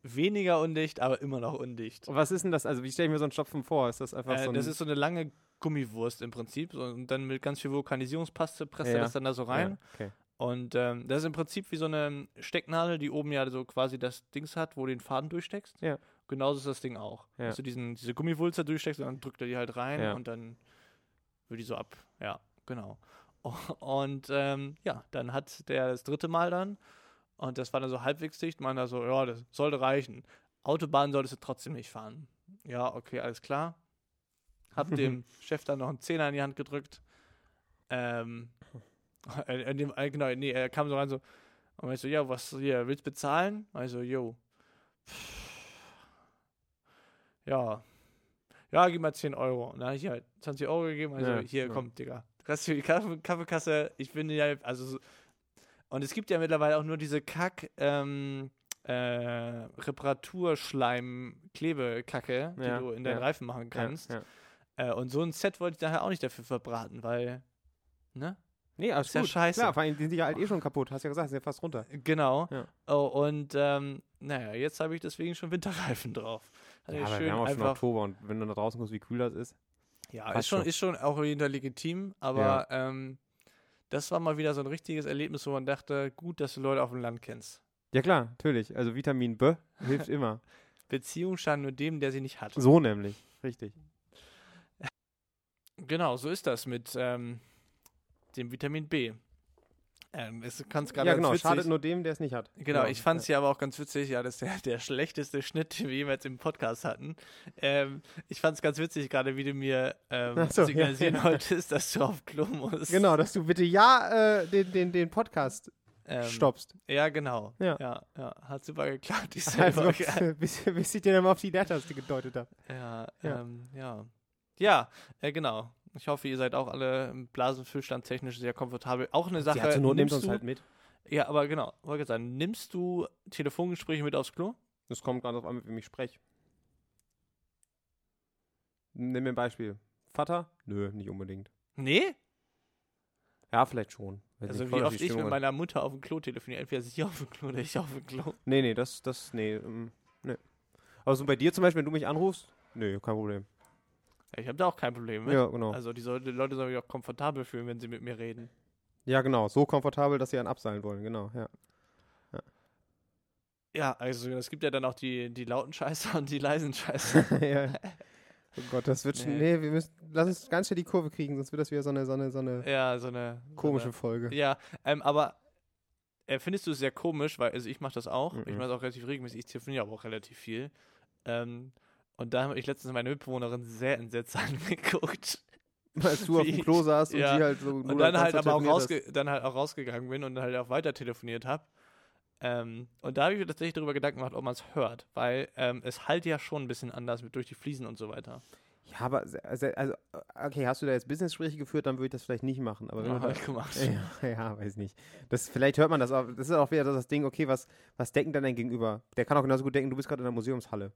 Speaker 1: Weniger undicht, aber immer noch undicht.
Speaker 2: Und was ist denn das? Also, wie stelle ich mir so einen Stopfen vor? Ist das einfach
Speaker 1: Äh,
Speaker 2: so ein.
Speaker 1: das ist so eine lange Gummiwurst im Prinzip. So, Und dann mit ganz viel Vulkanisierungspaste presst er
Speaker 2: Ja.
Speaker 1: das dann da so rein.
Speaker 2: Ja, okay.
Speaker 1: Und ähm, das ist im Prinzip wie so eine Stecknadel, die oben ja so quasi das Dings hat, wo du den Faden durchsteckst.
Speaker 2: Ja.
Speaker 1: Genauso ist das Ding auch.
Speaker 2: Ja.
Speaker 1: Dass du diesen, diese Gummiwulster durchsteckst und dann drückt er die halt rein
Speaker 2: Ja.
Speaker 1: und dann wird die so ab. Ja, genau. Und ähm, ja, dann hat der das dritte Mal dann und das war dann so halbwegs dicht, meinte er so, ja, das sollte reichen. Autobahn solltest du trotzdem nicht fahren. Ja, okay, alles klar. Hab dem Chef dann noch einen Zehner in die Hand gedrückt. Ähm, äh, äh, dem, äh, genau, nee, er kam so rein so, und ich so, ja, was hier, willst bezahlen? Also, yo. Ja. Ja, gib mal 10 Euro. Und dann habe ich ihr halt 20 Euro gegeben. Also,
Speaker 2: Ja,
Speaker 1: hier,
Speaker 2: ja.
Speaker 1: komm, Digga. Das für die Kaffee- Kaffeekasse. Ich finde ja, also, so- und es gibt ja mittlerweile auch nur diese Kack, ähm, äh, Reparaturschleim-Klebekacke, die
Speaker 2: Ja,
Speaker 1: du in deinen
Speaker 2: ja.
Speaker 1: Reifen machen kannst.
Speaker 2: Ja, ja.
Speaker 1: Äh, und so ein Set wollte ich daher auch nicht dafür verbraten, weil, ne?
Speaker 2: Nee, alles
Speaker 1: Ist ja
Speaker 2: gut.
Speaker 1: scheiße.
Speaker 2: Klar, vor allem, die sind ja halt eh schon kaputt. Hast ja gesagt, sind ja fast runter.
Speaker 1: Genau.
Speaker 2: Ja.
Speaker 1: Oh, und ähm, naja, jetzt habe ich deswegen schon Winterreifen drauf. Also
Speaker 2: aber wir
Speaker 1: schön
Speaker 2: haben auch schon
Speaker 1: einfach,
Speaker 2: Oktober und wenn du da draußen guckst, wie kühl das ist.
Speaker 1: ja, ist
Speaker 2: passt
Speaker 1: schon,
Speaker 2: schon.
Speaker 1: ist schon auch wieder legitim, aber ähm, das war mal wieder so ein richtiges Erlebnis, wo man dachte, gut, dass du Leute auf dem Land kennst.
Speaker 2: Ja, klar, natürlich. Also, Vitamin B hilft immer.
Speaker 1: Beziehungen schaden nur dem, der sie nicht hat.
Speaker 2: So nämlich. Richtig.
Speaker 1: Genau, so ist das mit ähm, dem Vitamin B. Ähm, es kann's gerade
Speaker 2: Ja,
Speaker 1: ganz
Speaker 2: genau.
Speaker 1: witzig-
Speaker 2: Schadet nur dem, der es nicht hat.
Speaker 1: Genau, ich fand es ja aber auch ganz witzig, ja, das ist der, der schlechteste Schnitt, den wir jemals im Podcast hatten. Ähm, ich fand es ganz witzig, gerade wie du mir ähm,
Speaker 2: Ach so, ja,
Speaker 1: signalisieren
Speaker 2: ja.
Speaker 1: wolltest, dass du auf Klo musst.
Speaker 2: Genau, dass du bitte ja äh, den, den, den Podcast
Speaker 1: Ähm,
Speaker 2: stoppst.
Speaker 1: Ja, genau.
Speaker 2: Ja.
Speaker 1: ja, ja. hat super geklappt, die
Speaker 2: Also,
Speaker 1: Folge.
Speaker 2: bis, bis ich dir dann mal auf die Leertaste gedeutet habe.
Speaker 1: Ja,
Speaker 2: Ja.
Speaker 1: ähm, ja. Ja, äh, genau. Ich hoffe, ihr seid auch alle Blasenfüllstand technisch sehr komfortabel. Auch eine Sache. halt nimmst du,
Speaker 2: mit.
Speaker 1: Ja, aber genau, wollte gerade sagen, nimmst du Telefongespräche mit aufs Klo?
Speaker 2: Das kommt ganz auf an, mit wem ich spreche. Nimm mir ein Beispiel. Vater? Nö, nicht unbedingt.
Speaker 1: Nee?
Speaker 2: Ja, vielleicht schon. Weiß
Speaker 1: Also
Speaker 2: nicht,
Speaker 1: wie
Speaker 2: kommt auf
Speaker 1: oft ich
Speaker 2: die
Speaker 1: mit
Speaker 2: Stimmung an.
Speaker 1: meiner Mutter auf dem Klo telefoniere. Entweder ist sie auf dem Klo oder ich auf dem Klo.
Speaker 2: Nee, nee, das, das, nee, ähm, nee. Aber so bei dir zum Beispiel, wenn du mich anrufst? Nee, kein Problem.
Speaker 1: Ja, ich habe da auch kein Problem mit.
Speaker 2: Ja, genau.
Speaker 1: Also die soll- die Leute sollen sich auch komfortabel fühlen, wenn sie mit mir reden.
Speaker 2: Ja, genau. So komfortabel, dass sie einen abseilen wollen, genau, ja.
Speaker 1: Ja, also es gibt ja dann auch die, die lauten Scheißer und die leisen Scheißer.
Speaker 2: ja. Oh Gott, das wird schon.
Speaker 1: Nee.
Speaker 2: Nee, wir müssen. Lass uns ganz schnell die Kurve kriegen, sonst wird das wieder so eine, so eine, so eine
Speaker 1: ja, so eine
Speaker 2: komische
Speaker 1: So
Speaker 2: Folge.
Speaker 1: eine, ja, ähm, aber äh, findest du es sehr komisch, weil also ich mache das auch. Ich
Speaker 2: Mhm.
Speaker 1: mache es auch relativ regelmäßig. Ich telefoniere aber auch relativ viel. Ähm, und da habe ich letztens meine Mitbewohnerin sehr entsetzt angeguckt.
Speaker 2: Als du auf dem
Speaker 1: Wie-
Speaker 2: Klo saßt und
Speaker 1: ja.
Speaker 2: sie halt so.
Speaker 1: Und
Speaker 2: nur
Speaker 1: dann
Speaker 2: ganz
Speaker 1: halt aber auch
Speaker 2: vertelefoniert hast.
Speaker 1: rausge dann halt auch rausgegangen bin und dann halt auch weiter telefoniert habe. Ähm, und da habe ich mir tatsächlich darüber Gedanken gemacht, ob man es hört, weil ähm, es halt ja schon ein bisschen anders mit durch die Fliesen und so weiter.
Speaker 2: Ja, aber. se- se- Also, okay, hast du da jetzt Businessgespräche geführt, dann würde ich das vielleicht nicht machen. Aber wenn
Speaker 1: Ja,
Speaker 2: du da,
Speaker 1: halt gemacht.
Speaker 2: ja, ja, weiß nicht. Das, vielleicht hört man das auch. Das ist auch wieder so das Ding, okay, was, was denken dann dein Gegenüber? Der kann auch genauso gut denken, du bist gerade in der Museumshalle.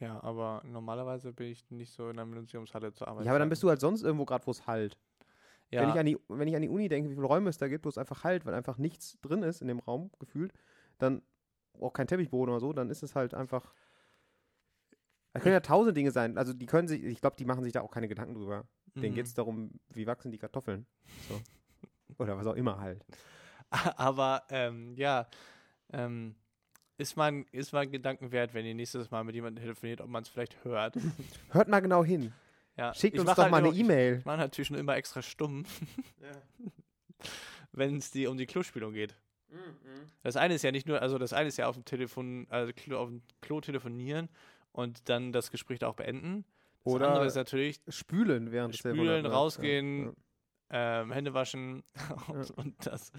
Speaker 1: Ja, aber normalerweise bin ich nicht so in der Museumshalle zur Arbeit.
Speaker 2: Ja, aber dann bist du halt sonst irgendwo gerade, wo es halt.
Speaker 1: ja,
Speaker 2: Wenn, ich an die, wenn ich an die Uni denke, wie viele Räume es da gibt, wo es einfach halt, weil einfach nichts drin ist in dem Raum, gefühlt, dann auch kein Teppichboden oder so, dann ist es halt einfach. Es können ja tausend Dinge sein. Also die können sich, ich glaube, die machen sich da auch keine Gedanken drüber. Denen
Speaker 1: mhm.
Speaker 2: geht es darum, wie wachsen die Kartoffeln. So. Oder was auch immer halt.
Speaker 1: Aber ähm, ja, ähm, ist mal ein- ist mal ein Gedanken wert, wenn ihr nächstes Mal mit jemandem telefoniert, ob man es vielleicht hört.
Speaker 2: Hört mal genau hin.
Speaker 1: Ja,
Speaker 2: Schickt
Speaker 1: ich
Speaker 2: uns
Speaker 1: mach
Speaker 2: doch
Speaker 1: halt
Speaker 2: mal eine
Speaker 1: immer- ich-
Speaker 2: E-Mail.
Speaker 1: Ich mache natürlich schon immer extra stumm, wenn es die um die Klospülung geht. Das eine ist ja nicht nur, also das eine ist ja auf dem Telefon, also Klo, auf dem Klo telefonieren und dann das Gespräch da auch beenden. Das
Speaker 2: Oder-
Speaker 1: andere ist natürlich
Speaker 2: Spülen während des
Speaker 1: Spülen,
Speaker 2: Telefonats, ja.
Speaker 1: rausgehen.
Speaker 2: ne? Ja.
Speaker 1: ähm, Hände waschen und, und das.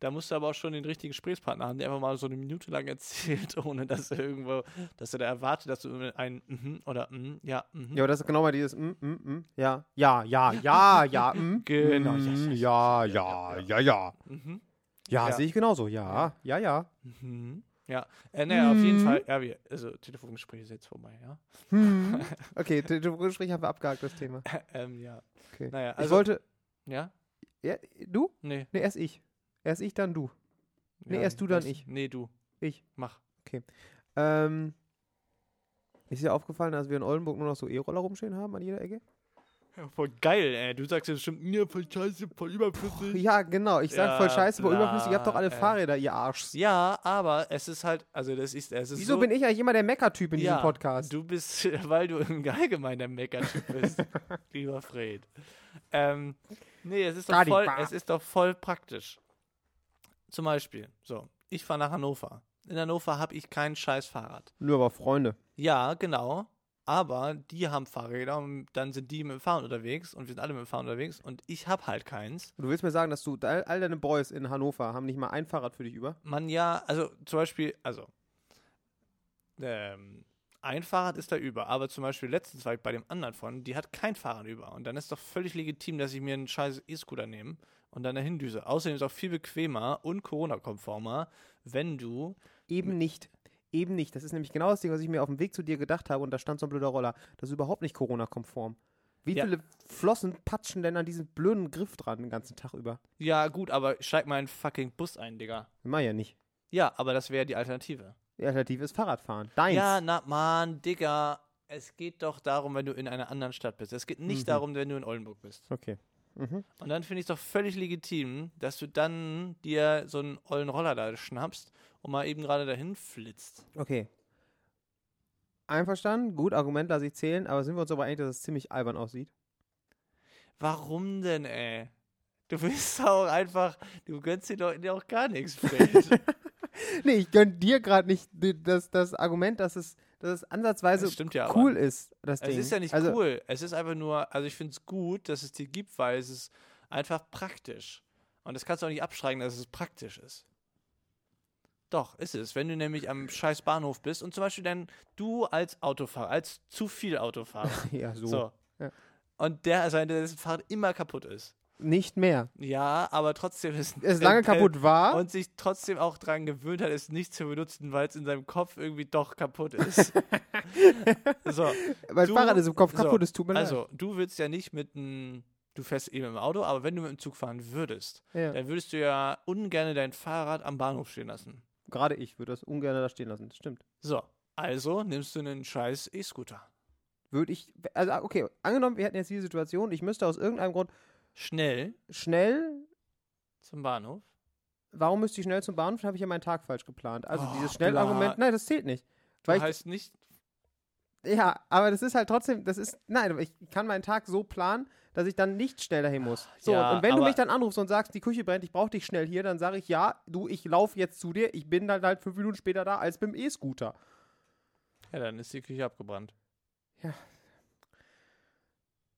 Speaker 1: Da musst du aber auch schon den richtigen Gesprächspartner haben, der einfach mal so eine Minute lang erzählt, ohne dass er irgendwo, dass er da erwartet, dass du ein mhm oder mhm, ja, mhm.
Speaker 2: Ja, aber das ist genau mal dieses mm, mm, mm, ja, ja, ja, ja, ja, mm,
Speaker 1: Genau, ja,
Speaker 2: mm,
Speaker 1: ja,
Speaker 2: ja,
Speaker 1: ja,
Speaker 2: ja, ja, ja,
Speaker 1: Mhm.
Speaker 2: ja,
Speaker 1: Ja.
Speaker 2: sehe ich genauso, ja, ja, ja.
Speaker 1: Mhm. Ja, äh, naja, auf jeden
Speaker 2: Hm.
Speaker 1: Fall. Ja, wir, also Telefongespräch ist jetzt vorbei, ja.
Speaker 2: Hm. Okay, Telefongespräch haben wir abgehakt, das Thema.
Speaker 1: ähm, ja.
Speaker 2: Okay.
Speaker 1: Naja,
Speaker 2: ich
Speaker 1: also.
Speaker 2: wollte.
Speaker 1: ja?
Speaker 2: Ja, du?
Speaker 1: Nee.
Speaker 2: Nee, erst ich. Erst ich, dann du. Nee, erst du, dann
Speaker 1: weißt-
Speaker 2: ich.
Speaker 1: Nee, du.
Speaker 2: Ich.
Speaker 1: Mach.
Speaker 2: Ähm, ist dir aufgefallen, dass wir in Oldenburg nur noch so E-Roller rumstehen haben an jeder Ecke?
Speaker 1: Ja, voll geil, ey. Du sagst jetzt bestimmt, mir voll scheiße, voll überflüssig.
Speaker 2: Ja, genau. Ich sag
Speaker 1: Ja,
Speaker 2: voll scheiße, aber
Speaker 1: bla,
Speaker 2: überflüssig, ihr habt doch alle
Speaker 1: äh.
Speaker 2: Fahrräder, ihr Arsch.
Speaker 1: Ja, aber es ist halt, also das ist, es ist
Speaker 2: Wieso
Speaker 1: so,
Speaker 2: bin ich eigentlich immer der Mecker-Typ in
Speaker 1: ja,
Speaker 2: diesem Podcast?
Speaker 1: Du bist, weil du im Allgemeinen der Meckertyp bist, lieber Fred. Ähm, nee, es ist, doch
Speaker 2: Gar nicht
Speaker 1: voll,
Speaker 2: wahr.
Speaker 1: es ist doch voll praktisch. Zum Beispiel, so, ich fahre nach Hannover. In Hannover habe ich kein scheiß Fahrrad.
Speaker 2: Nur aber Freunde.
Speaker 1: Ja, genau. Aber die haben Fahrräder und dann sind die mit dem Fahren unterwegs und wir sind alle mit dem Fahren unterwegs und ich habe halt keins.
Speaker 2: Du willst mir sagen, dass du all, all deine Boys in Hannover haben nicht mal ein Fahrrad für dich über?
Speaker 1: man ja, also zum Beispiel, also ähm, ein Fahrrad ist da über, aber zum Beispiel letztens war ich bei dem anderen von, die hat kein Fahrrad über. Und dann ist doch völlig legitim, dass ich mir einen scheiß E-Scooter nehme und dann dahin düse. Außerdem ist es auch viel bequemer und Corona-konformer, wenn du.
Speaker 2: Eben nicht. Eben nicht. Das ist nämlich genau das Ding, was ich mir auf dem Weg zu dir gedacht habe und da stand so ein blöder Roller. Das ist überhaupt nicht Corona-konform. Wie
Speaker 1: Ja.
Speaker 2: viele Flossen patschen denn an diesem blöden Griff dran den ganzen Tag über?
Speaker 1: Ja, gut, aber steig mal in einen fucking Bus ein, Digga.
Speaker 2: Mach ja nicht.
Speaker 1: Ja, aber das wäre die Alternative.
Speaker 2: Die Alternative ist Fahrradfahren. Deins.
Speaker 1: Ja, na, Mann, Digga. Es geht doch darum, wenn du in einer anderen Stadt bist. Es geht nicht
Speaker 2: Mhm.
Speaker 1: darum, wenn du in Oldenburg bist.
Speaker 2: Okay. Mhm.
Speaker 1: Und dann finde ich es doch völlig legitim, dass du dann dir so einen ollen Roller da schnappst und mal eben gerade dahin flitzt.
Speaker 2: Okay. Einverstanden, gut, Argument lasse ich zählen, aber sind wir uns aber einig, dass es ziemlich albern aussieht?
Speaker 1: Warum denn, ey? Du bist auch einfach, du gönnst den Leuten ja auch gar nichts, Fred.
Speaker 2: Nee, ich gönn dir gerade nicht die- das, das Argument, dass es, dass es ansatzweise
Speaker 1: Das stimmt ja aber.
Speaker 2: cool ist, das
Speaker 1: Es
Speaker 2: Ding.
Speaker 1: ist ja nicht
Speaker 2: also,
Speaker 1: cool. Es ist einfach nur, also ich finde es gut, dass es dir gibt, weil es ist einfach praktisch. Und das kannst du auch nicht abschreiben, dass es praktisch ist. Doch, ist es. Wenn du nämlich am scheiß Bahnhof bist und zum Beispiel dann du als Autofahrer, als zu viel Autofahrer,
Speaker 2: Ja, so.
Speaker 1: So.
Speaker 2: Ja.
Speaker 1: Und der, also dessen Fahrrad immer kaputt ist.
Speaker 2: Nicht mehr.
Speaker 1: Ja, aber trotzdem ist
Speaker 2: Es lange
Speaker 1: äh,
Speaker 2: kaputt war.
Speaker 1: Und sich trotzdem auch daran gewöhnt hat, es nicht zu benutzen, weil es in seinem Kopf irgendwie doch kaputt ist. so,
Speaker 2: Mein
Speaker 1: du-
Speaker 2: Fahrrad ist im Kopf
Speaker 1: so,
Speaker 2: kaputt, es tut mir
Speaker 1: also du willst ja nicht mit einem, du fährst eben im Auto, aber wenn du mit dem Zug fahren würdest,
Speaker 2: leid. Ja.
Speaker 1: dann würdest du ja ungern dein Fahrrad am Bahnhof stehen lassen.
Speaker 2: Gerade ich würde das ungern da stehen lassen, das stimmt.
Speaker 1: So, also nimmst du einen scheiß E-Scooter.
Speaker 2: Würde ich, also okay, angenommen, wir hätten jetzt diese Situation, ich müsste aus irgendeinem Grund
Speaker 1: Schnell
Speaker 2: schnell,
Speaker 1: zum Bahnhof.
Speaker 2: warum müsste ich schnell zum Bahnhof, habe ich ja meinen Tag falsch geplant. Also
Speaker 1: Oh,
Speaker 2: dieses
Speaker 1: bla.
Speaker 2: Schnellargument, nein, das zählt nicht.
Speaker 1: Du
Speaker 2: Weil ich,
Speaker 1: heißt nicht,
Speaker 2: ja, aber das ist halt trotzdem, das ist, nein, aber ich kann meinen Tag so planen, dass ich dann nicht schnell dahin muss. So,
Speaker 1: Ja,
Speaker 2: und wenn du
Speaker 1: aber-
Speaker 2: mich dann anrufst und sagst, die Küche brennt, ich brauche dich schnell hier, dann sage ich, ja, du, ich laufe jetzt zu dir, ich bin dann halt fünf Minuten später da als beim E-Scooter.
Speaker 1: ja, dann ist die Küche abgebrannt.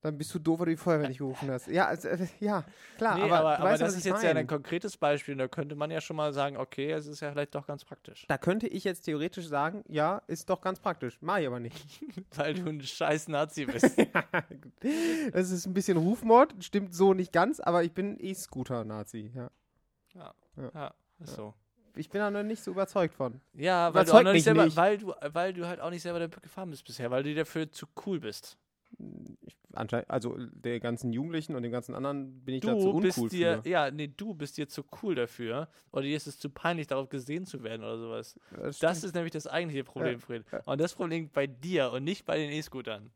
Speaker 2: Dann bist du doof, weil du die Feuerwehr nicht gerufen hast. Ja, also, äh, ja klar,
Speaker 1: Nee,
Speaker 2: aber, du weißt,
Speaker 1: das
Speaker 2: was
Speaker 1: ist
Speaker 2: ich
Speaker 1: jetzt ja
Speaker 2: meine.
Speaker 1: ein konkretes Beispiel und da könnte man ja schon mal sagen, okay, es ist ja vielleicht doch ganz praktisch.
Speaker 2: Da könnte ich jetzt theoretisch sagen, ja, ist doch ganz praktisch. Mach ich aber nicht.
Speaker 1: Weil du ein scheiß Nazi bist.
Speaker 2: Das ist ein bisschen Rufmord, stimmt so nicht ganz, aber ich bin E-Scooter-Nazi. Ja.
Speaker 1: ja, ist so.
Speaker 2: Ich bin da noch nicht so überzeugt von.
Speaker 1: Ja, weil du, auch
Speaker 2: Überzeugt
Speaker 1: noch
Speaker 2: mich
Speaker 1: nicht selber,
Speaker 2: nicht.
Speaker 1: Weil, du, weil du halt auch nicht selber damit gefahren bist bisher, weil du dafür zu cool bist.
Speaker 2: Ich, anscheinend, also der ganzen Jugendlichen und dem ganzen anderen bin ich da zu
Speaker 1: Du
Speaker 2: uncool
Speaker 1: bist dir,
Speaker 2: für.
Speaker 1: ja, nee, du bist dir zu cool dafür oder dir ist es zu peinlich, darauf gesehen zu werden oder sowas. Das ist nämlich das eigentliche Problem, Fred.
Speaker 2: ja.
Speaker 1: Und das Problem liegt bei dir und nicht bei den E-Scootern.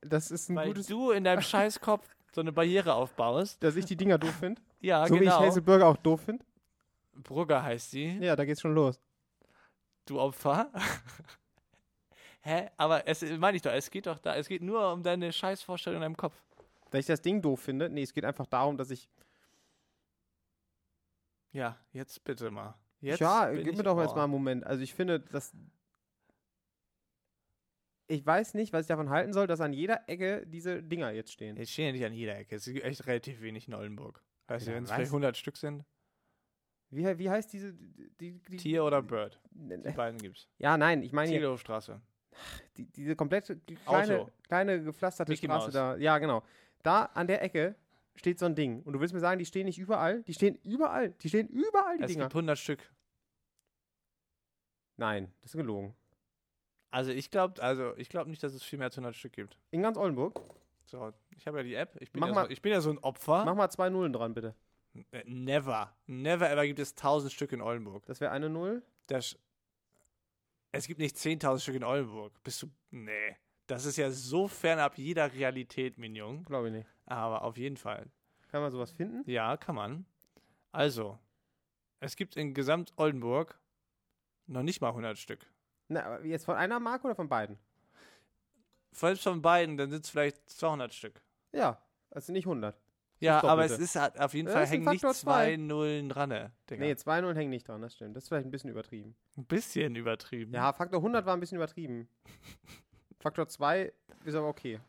Speaker 2: das ist ein
Speaker 1: Weil
Speaker 2: gutes,
Speaker 1: du in deinem Scheißkopf so eine Barriere aufbaust.
Speaker 2: dass ich die Dinger doof finde.
Speaker 1: Ja,
Speaker 2: so wie ich
Speaker 1: genau.
Speaker 2: Hazelburger auch doof finde.
Speaker 1: Brugger heißt sie.
Speaker 2: Ja, da geht's schon los.
Speaker 1: Du Opfer? Hä? Aber es meine ich doch, es geht doch da, es geht nur um deine Scheißvorstellung in deinem Kopf.
Speaker 2: Dass ich das Ding doof finde. Nee, es geht einfach darum, dass ich.
Speaker 1: Ja, jetzt bitte mal. Jetzt
Speaker 2: ja,
Speaker 1: bin
Speaker 2: gib
Speaker 1: ich-
Speaker 2: mir doch jetzt
Speaker 1: oh.
Speaker 2: mal einen Moment. Also ich finde, dass. Ich weiß nicht, was ich davon halten soll, dass an jeder Ecke diese Dinger jetzt stehen.
Speaker 1: Jetzt stehen ja nicht an jeder Ecke. Es gibt echt relativ wenig in Oldenburg. Weißt
Speaker 2: Ja,
Speaker 1: du, wenn es
Speaker 2: weiß-
Speaker 1: vielleicht 100 Stück sind?
Speaker 2: Wie, wie heißt diese. Die, die,
Speaker 1: Tier oder Bird? Die
Speaker 2: die,
Speaker 1: beiden gibt's.
Speaker 2: ja, nein, ich meine hier,
Speaker 1: Tierhofstraße.
Speaker 2: die, diese komplette kleine,
Speaker 1: Auto.
Speaker 2: kleine gepflasterte
Speaker 1: Mickey
Speaker 2: Straße
Speaker 1: Mouse.
Speaker 2: da. Ja, genau. Da an der Ecke steht so ein Ding. Und du willst mir sagen, die stehen nicht überall? Die stehen überall. Die stehen überall, die
Speaker 1: Es
Speaker 2: Dinger.
Speaker 1: gibt 100 Stück.
Speaker 2: Nein, das ist gelogen.
Speaker 1: Also ich glaube also ich glaub nicht, dass es viel mehr als 100 Stück gibt.
Speaker 2: In ganz Oldenburg.
Speaker 1: So, ich habe ja die App. Ich bin,
Speaker 2: Mach
Speaker 1: ja
Speaker 2: mal-
Speaker 1: so, ich bin ja so ein Opfer.
Speaker 2: Mach mal zwei Nullen dran, bitte.
Speaker 1: Äh, Never. Never ever gibt es 1000 Stück in Oldenburg.
Speaker 2: Das wäre eine Null.
Speaker 1: Das, es gibt nicht 10.000 Stück in Oldenburg. Bist du. Nee. Das ist ja so fernab jeder Realität, Mignon.
Speaker 2: Glaube ich nicht.
Speaker 1: Aber auf jeden Fall.
Speaker 2: Kann man sowas finden?
Speaker 1: Ja, kann man. Also, es gibt in Gesamt-Oldenburg noch nicht mal 100 Stück.
Speaker 2: Na, aber jetzt von einer Marke oder von beiden?
Speaker 1: Falls von beiden, dann sind es vielleicht 200 Stück.
Speaker 2: Ja, also nicht 100.
Speaker 1: Ja,
Speaker 2: doch
Speaker 1: aber
Speaker 2: bitte.
Speaker 1: es ist halt auf jeden
Speaker 2: Ja,
Speaker 1: Fall
Speaker 2: ist ein
Speaker 1: hängen nicht
Speaker 2: Faktor zwei.
Speaker 1: zwei Nullen dran, ne, Digga.
Speaker 2: Nee, zwei Nullen hängen nicht dran, das stimmt. Das ist vielleicht ein bisschen übertrieben.
Speaker 1: Ein bisschen übertrieben.
Speaker 2: Ja, Faktor 100 war ein bisschen übertrieben. Faktor 2 ist aber okay.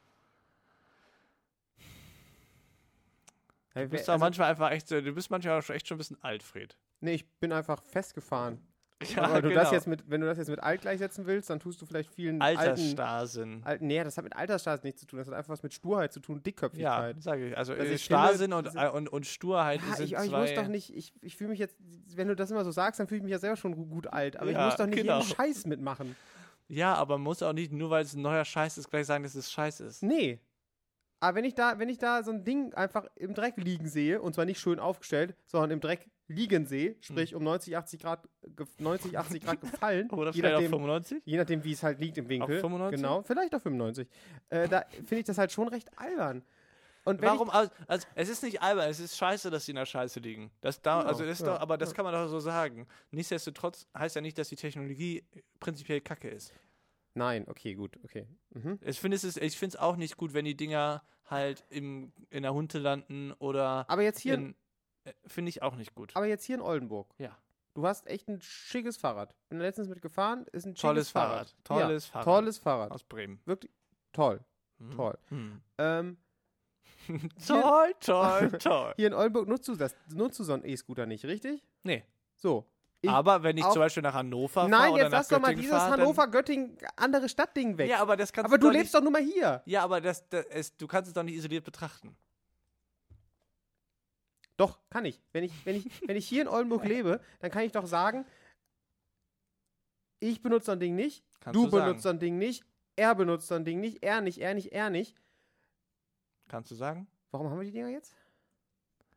Speaker 2: Hey,
Speaker 1: Du bist
Speaker 2: wer- also,
Speaker 1: auch manchmal einfach echt so, du bist manchmal auch schon echt schon ein bisschen Altfred.
Speaker 2: nee, ich bin einfach festgefahren.
Speaker 1: Ja, genau.
Speaker 2: aber du das jetzt mit, wenn du das jetzt mit alt gleichsetzen willst, dann tust du vielleicht vielen alten,
Speaker 1: Altersstarrsinn.
Speaker 2: alten. Nee, das hat mit Altersstatus nichts zu tun. Das hat einfach was mit Sturheit zu tun,
Speaker 1: ja,
Speaker 2: Dickköpfigkeit.
Speaker 1: sage ich. Also
Speaker 2: Dass
Speaker 1: äh,
Speaker 2: ich
Speaker 1: Starrsinn
Speaker 2: finde,
Speaker 1: und, äh, und, und Sturheit
Speaker 2: Ja,
Speaker 1: sind
Speaker 2: ich, aber ich
Speaker 1: zwei.
Speaker 2: muss doch nicht, ich, ich fühle mich jetzt, wenn du das immer so sagst, dann fühle ich mich ja selber schon gu- gut alt. Aber
Speaker 1: Ja,
Speaker 2: ich muss doch nicht
Speaker 1: genau.
Speaker 2: jeden Scheiß mitmachen.
Speaker 1: ja, aber man muss auch nicht, nur weil es ein neuer Scheiß ist, gleich sagen, dass es Scheiß ist.
Speaker 2: Nee. Aber wenn ich da, wenn ich da so ein Ding einfach im Dreck liegen sehe, und zwar nicht schön aufgestellt, sondern im Dreck liegen sehe, sprich um 90, 80 Grad, ge- 90, 80 Grad gefallen,
Speaker 1: Hm. Oder
Speaker 2: je
Speaker 1: vielleicht auch
Speaker 2: nachdem,
Speaker 1: 95?
Speaker 2: je nachdem, wie es halt liegt im Winkel.
Speaker 1: Auf 95?
Speaker 2: Genau, vielleicht auf 95. Äh, da finde ich das halt schon recht albern. Und wenn
Speaker 1: Warum? Also, also, es ist nicht albern, es ist scheiße, dass sie in der Scheiße liegen. Das da,
Speaker 2: Genau,
Speaker 1: also das ist
Speaker 2: ja,
Speaker 1: doch, aber das kann man doch so sagen. Nichtsdestotrotz heißt ja nicht, dass die Technologie prinzipiell kacke ist.
Speaker 2: Ich, nein, okay, gut, okay. Mhm.
Speaker 1: Ich finde es, ist- ich finde es auch nicht gut, wenn die Dinger halt im, in der Hunte landen oder
Speaker 2: Aber jetzt hier,
Speaker 1: in- äh, finde ich auch nicht gut.
Speaker 2: aber jetzt hier in Oldenburg.
Speaker 1: Ja.
Speaker 2: Du hast echt ein schickes Fahrrad. Bin da letztens mit gefahren, ist ein schickes
Speaker 1: Tolles Fahrrad.
Speaker 2: ja,
Speaker 1: Tolles Fahrrad.
Speaker 2: Tolles Fahrrad.
Speaker 1: Aus Bremen.
Speaker 2: Toll.
Speaker 1: Mhm.
Speaker 2: Toll.
Speaker 1: Mhm.
Speaker 2: Ähm,
Speaker 1: Toll, toll, toll.
Speaker 2: hier in Oldenburg nutzt du das, nutzt du so einen E-Scooter nicht, richtig?
Speaker 1: Nee.
Speaker 2: So. Ich-
Speaker 1: aber wenn ich
Speaker 2: auch-
Speaker 1: zum Beispiel nach Hannover fahre
Speaker 2: Nein,
Speaker 1: oder
Speaker 2: jetzt
Speaker 1: nach
Speaker 2: lass doch mal
Speaker 1: Göttingen
Speaker 2: dieses
Speaker 1: fahr, dann-
Speaker 2: Hannover-Göttingen andere Stadtding weg.
Speaker 1: Ja, aber das kannst
Speaker 2: aber du
Speaker 1: doch
Speaker 2: lebst
Speaker 1: nicht,
Speaker 2: doch nur mal hier.
Speaker 1: Ja, aber das, das, es, du kannst es doch nicht isoliert betrachten.
Speaker 2: Doch, kann ich. Wenn ich, wenn ich, wenn ich hier in Oldenburg lebe, dann kann ich doch sagen, ich benutze so ein Ding nicht,
Speaker 1: Kannst
Speaker 2: du
Speaker 1: du sagen.
Speaker 2: benutzt so ein Ding nicht, er benutzt so ein Ding nicht, er nicht, er nicht, er nicht.
Speaker 1: Kannst du sagen?
Speaker 2: Warum haben wir die Dinger jetzt?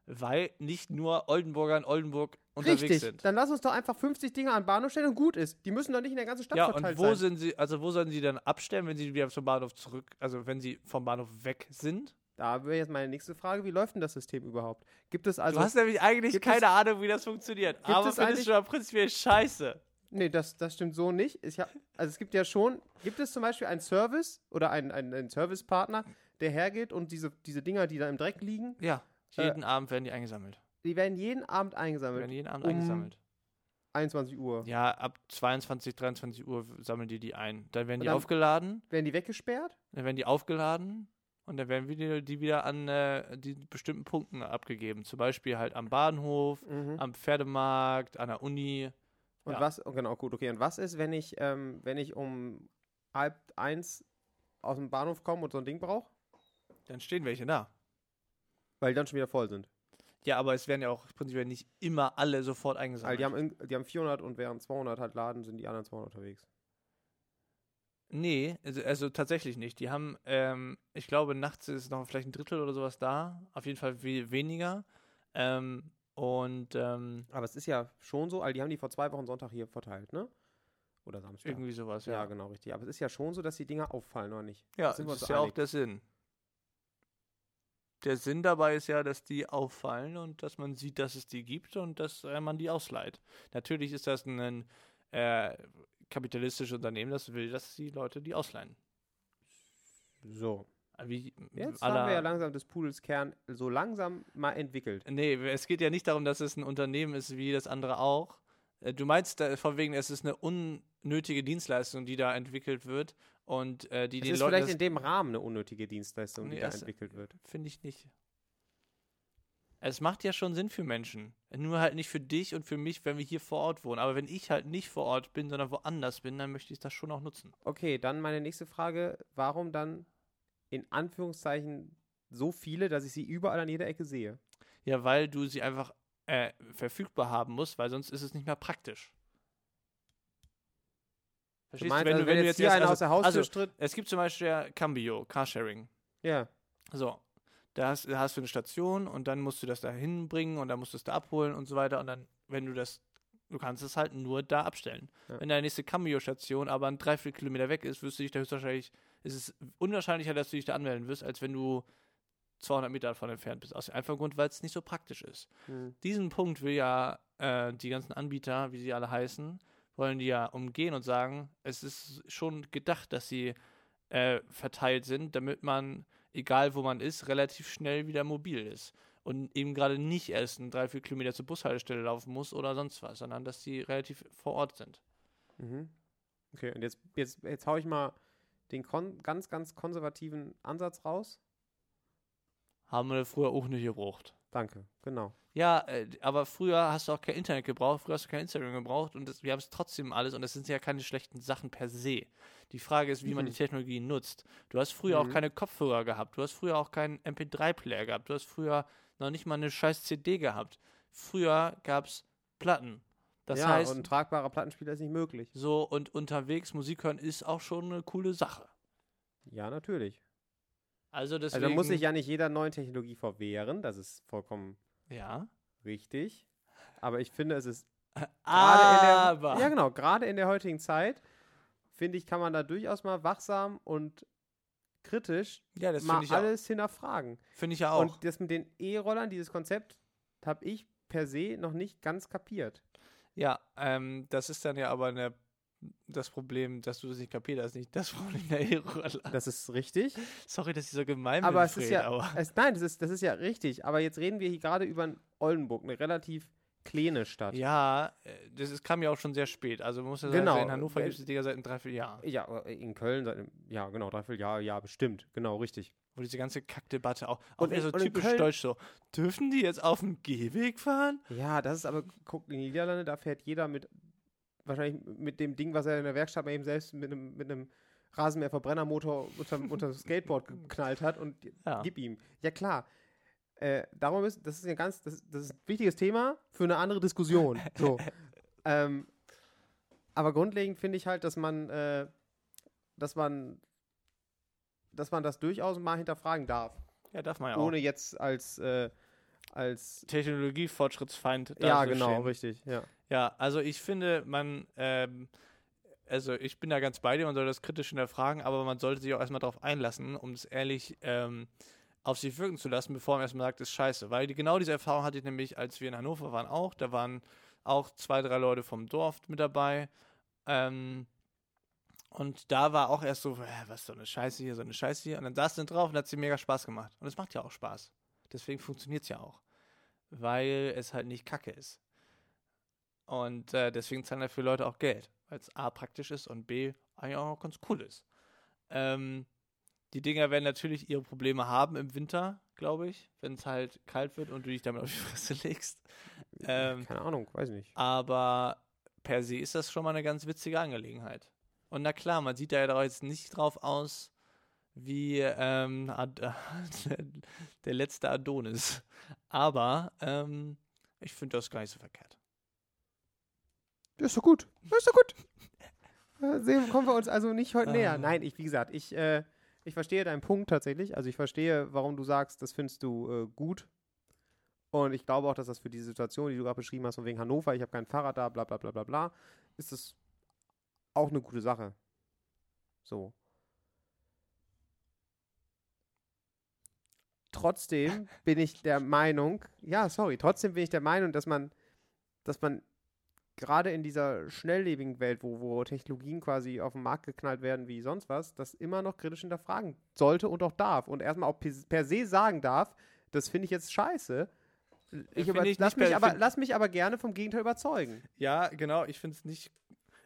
Speaker 1: Weil nicht nur Oldenburger in Oldenburg unterwegs
Speaker 2: Richtig,
Speaker 1: sind.
Speaker 2: dann lass uns doch einfach 50 Dinger an den Bahnhof stellen und gut ist. Die müssen doch nicht in der ganzen Stadt
Speaker 1: Ja, und
Speaker 2: verteilt
Speaker 1: wo
Speaker 2: sein.
Speaker 1: sind sie, also wo sollen sie dann abstellen, wenn sie wieder zum Bahnhof zurück, also wenn sie vom Bahnhof weg sind?
Speaker 2: Da wäre jetzt meine nächste Frage, wie läuft denn das System überhaupt? Gibt es also...
Speaker 1: du hast nämlich eigentlich
Speaker 2: gibt
Speaker 1: keine Ahnung, wie das funktioniert. Aber
Speaker 2: es
Speaker 1: findest
Speaker 2: eigentlich-
Speaker 1: du ja prinzipiell scheiße.
Speaker 2: nee, das, das stimmt so nicht. Ich hab, also es gibt ja schon... Gibt es zum Beispiel einen Service oder einen, einen, einen Servicepartner, der hergeht und diese, diese Dinger, die da im Dreck liegen,
Speaker 1: Ja.
Speaker 2: Äh,
Speaker 1: Jeden Abend werden die eingesammelt.
Speaker 2: die werden jeden Abend
Speaker 1: Werden
Speaker 2: eingesammelt.
Speaker 1: jeden Abend
Speaker 2: um-
Speaker 1: eingesammelt.
Speaker 2: 21 Uhr.
Speaker 1: Ja, ab 22, 23 Uhr sammeln die die ein. Dann werden
Speaker 2: Und
Speaker 1: die
Speaker 2: dann-
Speaker 1: aufgeladen,
Speaker 2: Werden die weggesperrt?
Speaker 1: dann werden die aufgeladen und dann werden wieder, die wieder an äh, die bestimmten Punkten abgegeben. Zum Beispiel halt am Bahnhof,
Speaker 2: Mhm.
Speaker 1: am Pferdemarkt, an der Uni.
Speaker 2: Und
Speaker 1: ja.
Speaker 2: was... oh, Genau, gut, okay. Und was ist, wenn ich, ähm, wenn ich um halb eins aus dem Bahnhof komme und so ein Ding brauche?
Speaker 1: Dann stehen welche da.
Speaker 2: Weil die dann schon wieder voll sind.
Speaker 1: Ja, aber es werden ja auch prinzipiell nicht immer alle sofort
Speaker 2: Also
Speaker 1: eingesammelt.
Speaker 2: die haben, in- die haben 400 und während 200 halt laden, sind die anderen 200 unterwegs.
Speaker 1: nee, also, also tatsächlich nicht. Die haben, ähm, ich glaube, nachts ist noch vielleicht ein Drittel oder sowas da. Auf jeden Fall we- weniger. Ähm, und ähm,
Speaker 2: Aber es ist ja schon so, also die haben die vor zwei Wochen Sonntag hier verteilt, ne? Oder Samstag.
Speaker 1: irgendwie sowas,
Speaker 2: ja,
Speaker 1: ja.
Speaker 2: genau, richtig. Aber es ist ja schon so, dass die Dinger auffallen, oder nicht?
Speaker 1: Ja,
Speaker 2: Sind wir
Speaker 1: das
Speaker 2: uns
Speaker 1: ist ja auch
Speaker 2: einig?
Speaker 1: der Sinn. Der Sinn dabei ist ja, dass die auffallen und dass man sieht, dass es die gibt und dass äh, man die ausleiht. Natürlich ist das ein äh, kapitalistisches Unternehmen, das will, dass die Leute die ausleihen. Äh,
Speaker 2: So.
Speaker 1: Wie,
Speaker 2: Jetzt
Speaker 1: à la-
Speaker 2: haben wir ja langsam des Pudels Kern so langsam mal entwickelt.
Speaker 1: Nee, es geht ja nicht darum, dass es ein Unternehmen ist wie das andere auch. Äh, Du meinst da, von wegen, es ist eine unnötige Dienstleistung, die da entwickelt wird und äh, die
Speaker 2: Es
Speaker 1: den
Speaker 2: ist
Speaker 1: Leuten.
Speaker 2: vielleicht
Speaker 1: das-
Speaker 2: in dem Rahmen eine unnötige Dienstleistung, die
Speaker 1: Nee,
Speaker 2: da
Speaker 1: das-
Speaker 2: entwickelt wird.
Speaker 1: Finde ich nicht. Es macht ja schon Sinn für Menschen. Nur halt nicht für dich und für mich, wenn wir hier vor Ort wohnen. Aber wenn ich halt nicht vor Ort bin, sondern woanders bin, dann möchte ich das schon auch nutzen.
Speaker 2: Okay, dann meine nächste Frage. Warum dann in Anführungszeichen so viele, dass ich sie überall an jeder Ecke sehe?
Speaker 1: Ja, weil du sie einfach äh, verfügbar haben musst, weil sonst ist es nicht mehr praktisch. Verstehst
Speaker 2: meinst,
Speaker 1: du, wenn,
Speaker 2: also
Speaker 1: du, wenn, du jetzt
Speaker 2: hier
Speaker 1: erst-
Speaker 2: einer aus der Haustür
Speaker 1: also,
Speaker 2: tritt?
Speaker 1: Es gibt zum Beispiel ja Cambio, Carsharing.
Speaker 2: Ja.
Speaker 1: So, da hast, da hast du eine Station und dann musst du das da hinbringen und dann musst du es da abholen und so weiter. Und dann, wenn du das, du kannst es halt nur da abstellen.
Speaker 2: Ja.
Speaker 1: Wenn deine nächste Cambio-Station aber ein Dreiviertel Kilometer weg ist, wirst du dich da höchstwahrscheinlich, ist es unwahrscheinlicher, dass du dich da anmelden wirst, als wenn du 200 Meter davon entfernt bist. Aus dem einfachen Grund, weil es nicht so praktisch ist diesen Punkt will ja äh, die ganzen Anbieter, wie sie alle heißen, wollen die ja umgehen und sagen, es ist schon gedacht, dass sie äh, verteilt sind, damit man, egal wo man ist, relativ schnell wieder mobil ist. Und eben gerade nicht erst ein drei, vier Kilometer zur Bushaltestelle laufen muss oder sonst was, sondern dass die relativ vor Ort sind.
Speaker 2: Mhm. Okay, und jetzt, jetzt, jetzt hau ich mal den kon ganz, ganz konservativen Ansatz raus.
Speaker 1: Haben wir früher auch nicht gebraucht.
Speaker 2: Danke, genau.
Speaker 1: Ja, äh, aber früher hast du auch kein Internet gebraucht, früher hast du kein Instagram gebraucht und das, wir haben es trotzdem alles und das sind ja keine schlechten Sachen per se. Die Frage ist, wie man
Speaker 2: Mhm.
Speaker 1: die Technologie nutzt. Du hast früher
Speaker 2: Mhm.
Speaker 1: auch keine Kopfhörer gehabt, du hast früher auch keinen MP3-Player gehabt, du hast früher noch nicht mal eine scheiß CD gehabt. Früher gab es Platten. Das
Speaker 2: ja,
Speaker 1: heißt,
Speaker 2: und ein tragbarer Plattenspieler ist nicht möglich.
Speaker 1: so und unterwegs Musik hören ist auch schon eine coole Sache.
Speaker 2: Ja, natürlich.
Speaker 1: Also deswegen.
Speaker 2: also da muss sich ja nicht jeder neuen Technologie verwehren, das ist vollkommen
Speaker 1: Ja.
Speaker 2: richtig. Aber ich finde, es ist gerade in
Speaker 1: Aber.
Speaker 2: der, ja genau, gerade in der heutigen Zeit, finde ich, kann man da durchaus mal wachsam und kritisch
Speaker 1: Ja, das
Speaker 2: mal
Speaker 1: finde ich, ja-
Speaker 2: alles hinterfragen.
Speaker 1: find ich ja auch.
Speaker 2: Und das mit den E-Rollern, dieses Konzept, habe ich per se noch nicht ganz kapiert.
Speaker 1: Ja, ähm, das ist dann ja aber eine, das Problem, dass du das nicht kapierst, das ist nicht das Problem der E-Roller.
Speaker 2: Das ist richtig.
Speaker 1: Sorry, dass ich so gemein bin,
Speaker 2: aber es ist
Speaker 1: Fred,
Speaker 2: ja.
Speaker 1: aber
Speaker 2: Es, nein, das ist, das ist ja richtig. Aber jetzt reden wir hier gerade über Oldenburg, eine relativ kleine Stadt.
Speaker 1: ja, äh, das ist, kam ja auch schon sehr spät. Also man muss ja sagen,
Speaker 2: Genau.
Speaker 1: in Hannover
Speaker 2: Äh,
Speaker 1: gibt es die Dinger seit einem Dreivierteljahr.
Speaker 2: Ja, aber in Köln seit einem- ja, genau, dreiviertel Jahr, ja, bestimmt. Genau, richtig.
Speaker 1: Wo diese ganze Kackdebatte auch, auch
Speaker 2: Und
Speaker 1: wieder
Speaker 2: in-
Speaker 1: so
Speaker 2: und in
Speaker 1: typisch
Speaker 2: Köln-
Speaker 1: deutsch so, dürfen die jetzt auf dem Gehweg fahren?
Speaker 2: Ja, das ist aber, guck, in den Niederlanden, da fährt jeder mit, wahrscheinlich mit dem Ding, was er in der Werkstatt bei ihm selbst mit einem, mit einem Rasenmäher-Verbrennermotor unter, unter das Skateboard geknallt hat und
Speaker 1: Ja.
Speaker 2: gib ihm. Ja, klar. Äh, darum ist, das ist ein ganz, das, das ist ein wichtiges Thema für eine andere Diskussion. So. ähm, aber grundlegend finde ich halt, dass man, äh, dass man, dass man das durchaus mal hinterfragen darf,
Speaker 1: Ja, darf man ja
Speaker 2: ohne
Speaker 1: auch.
Speaker 2: jetzt als, äh, als
Speaker 1: Technologiefortschrittsfeind
Speaker 2: ja,
Speaker 1: dazustehen.
Speaker 2: genau, richtig, ja.
Speaker 1: Ja, also ich finde, man, ähm, also ich bin da ganz bei dir, man soll das kritisch hinterfragen, aber man sollte sich auch erstmal darauf einlassen, um es ehrlich ähm, auf sich wirken zu lassen, bevor man erstmal sagt, ist scheiße. Weil die, genau diese Erfahrung hatte ich nämlich, als wir in Hannover waren auch, da waren auch zwei, drei Leute vom Dorf mit dabei. Ähm, und da war auch erst so, äh, was so eine Scheiße hier, so eine Scheiße hier. Und dann saß sie drauf und hat sie mega Spaß gemacht. Und es macht ja auch Spaß. Deswegen funktioniert es ja auch. Weil es halt nicht kacke ist. Und äh, deswegen zahlen dafür Leute auch Geld, weil es A praktisch ist und B eigentlich auch noch ganz cool ist. Ähm, die Dinger werden natürlich ihre Probleme haben im Winter, glaube ich, wenn es halt kalt wird und du dich damit auf die Fresse legst. Ähm,
Speaker 2: Keine Ahnung, weiß nicht.
Speaker 1: aber per se ist das schon mal eine ganz witzige Angelegenheit. Und na klar, man sieht da ja doch jetzt nicht drauf aus wie ähm, Ad der letzte Adonis. Aber ähm, ich finde das gar nicht so verkehrt.
Speaker 2: Ist doch gut. Ist doch gut. Äh, Sehen, kommen wir uns also nicht heute näher.
Speaker 1: Ah.
Speaker 2: Nein, ich, wie gesagt, ich, äh, ich verstehe deinen Punkt tatsächlich. Also ich verstehe, warum du sagst, das findest du äh, gut. Und ich glaube auch, dass das für die Situation, die du gerade beschrieben hast, von wegen Hannover, ich habe kein Fahrrad da, bla bla bla bla bla, ist das auch eine gute Sache. So. Trotzdem bin ich der Meinung, ja, sorry, trotzdem bin ich der Meinung, dass man, dass man gerade in dieser schnelllebigen Welt, wo, wo Technologien quasi auf den Markt geknallt werden wie sonst was, das immer noch kritisch hinterfragen sollte und auch darf. Und erstmal auch per, per se sagen darf, das finde ich jetzt scheiße. Ich
Speaker 1: Finde
Speaker 2: über,
Speaker 1: ich
Speaker 2: lass,
Speaker 1: nicht
Speaker 2: mich
Speaker 1: per-
Speaker 2: aber,
Speaker 1: find-
Speaker 2: lass mich aber gerne vom Gegenteil überzeugen.
Speaker 1: Ja, genau. Ich finde es nicht.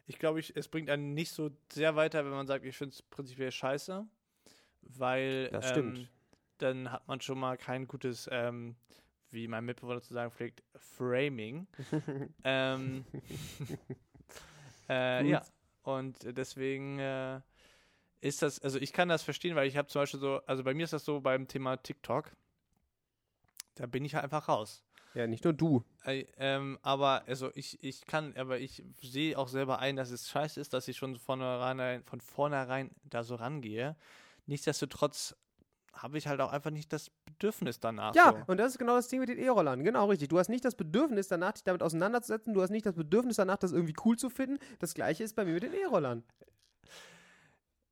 Speaker 1: Ich glaube, ich, es bringt einen nicht so sehr weiter, wenn man sagt, ich finde es prinzipiell scheiße. Weil ähm,
Speaker 2: Das stimmt.
Speaker 1: dann hat man schon mal kein gutes, ähm, wie mein Mitbewohner zu sagen pflegt, Framing. ähm, äh,
Speaker 2: Gut.
Speaker 1: ja, und deswegen äh, ist das, also ich kann das verstehen, weil ich habe zum Beispiel so, also bei mir ist das so beim Thema TikTok, da bin ich halt einfach raus.
Speaker 2: Ja, nicht nur du.
Speaker 1: Äh, ähm, aber also ich, ich kann, aber ich sehe auch selber ein, dass es scheiße ist, dass ich schon von vornherein, von vornherein da so rangehe. Nichtsdestotrotz habe ich halt auch einfach nicht das Bedürfnis danach.
Speaker 2: Ja,
Speaker 1: so.
Speaker 2: und das ist genau das Ding mit den E-Rollern. Genau, richtig. Du hast nicht das Bedürfnis danach, dich damit auseinanderzusetzen. Du hast nicht das Bedürfnis danach, das irgendwie cool zu finden. Das gleiche ist bei mir mit den E-Rollern.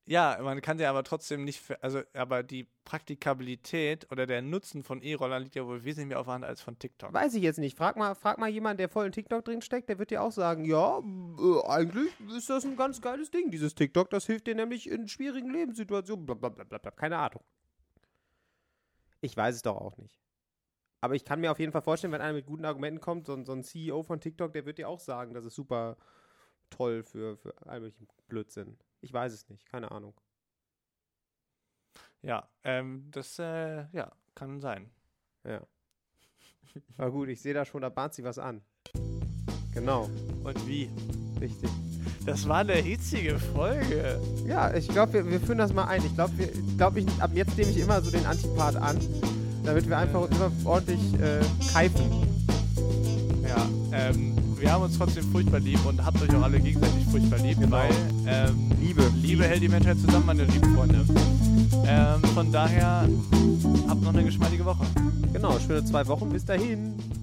Speaker 1: Ja, man kann ja aber trotzdem nicht, für, also aber die Praktikabilität oder der Nutzen von E-Rollern liegt ja wohl wesentlich mehr auf der Hand als von TikTok.
Speaker 2: Weiß ich jetzt nicht. Frag mal, frag mal jemanden, der voll in TikTok drin steckt, der wird dir auch sagen, ja, äh, eigentlich ist das ein ganz geiles Ding, dieses TikTok. Das hilft dir nämlich in schwierigen Lebenssituationen. Blablabla. Keine Ahnung. Ich weiß es doch auch nicht. Aber ich kann mir auf jeden Fall vorstellen, wenn einer mit guten Argumenten kommt, so, ein- so ein CEO von TikTok, der wird dir auch sagen, das ist super toll für, für all möglichen Blödsinn. Ich weiß es nicht, keine Ahnung.
Speaker 1: Ja, ähm, das äh, ja, kann sein.
Speaker 2: Ja. Aber gut, ich sehe da schon, da bahnt sie was an. Genau,
Speaker 1: Und wie?
Speaker 2: richtig.
Speaker 1: Das war eine hitzige Folge.
Speaker 2: Ja, ich glaube, wir, wir führen das mal ein. Ich glaube, glaub ich, ab jetzt nehme ich immer so den Antipart an, damit wir einfach uns immer ordentlich äh, keifen.
Speaker 1: Ja, ähm, wir haben uns trotzdem furchtbar lieb und habt euch auch alle gegenseitig furchtbar lieb,
Speaker 2: Genau.
Speaker 1: weil ähm,
Speaker 2: Liebe.
Speaker 1: Liebe hält die Menschheit zusammen, meine lieben Freunde. Ähm, von daher habt noch eine geschmeidige Woche.
Speaker 2: Genau, schöne zwei Wochen. Bis dahin.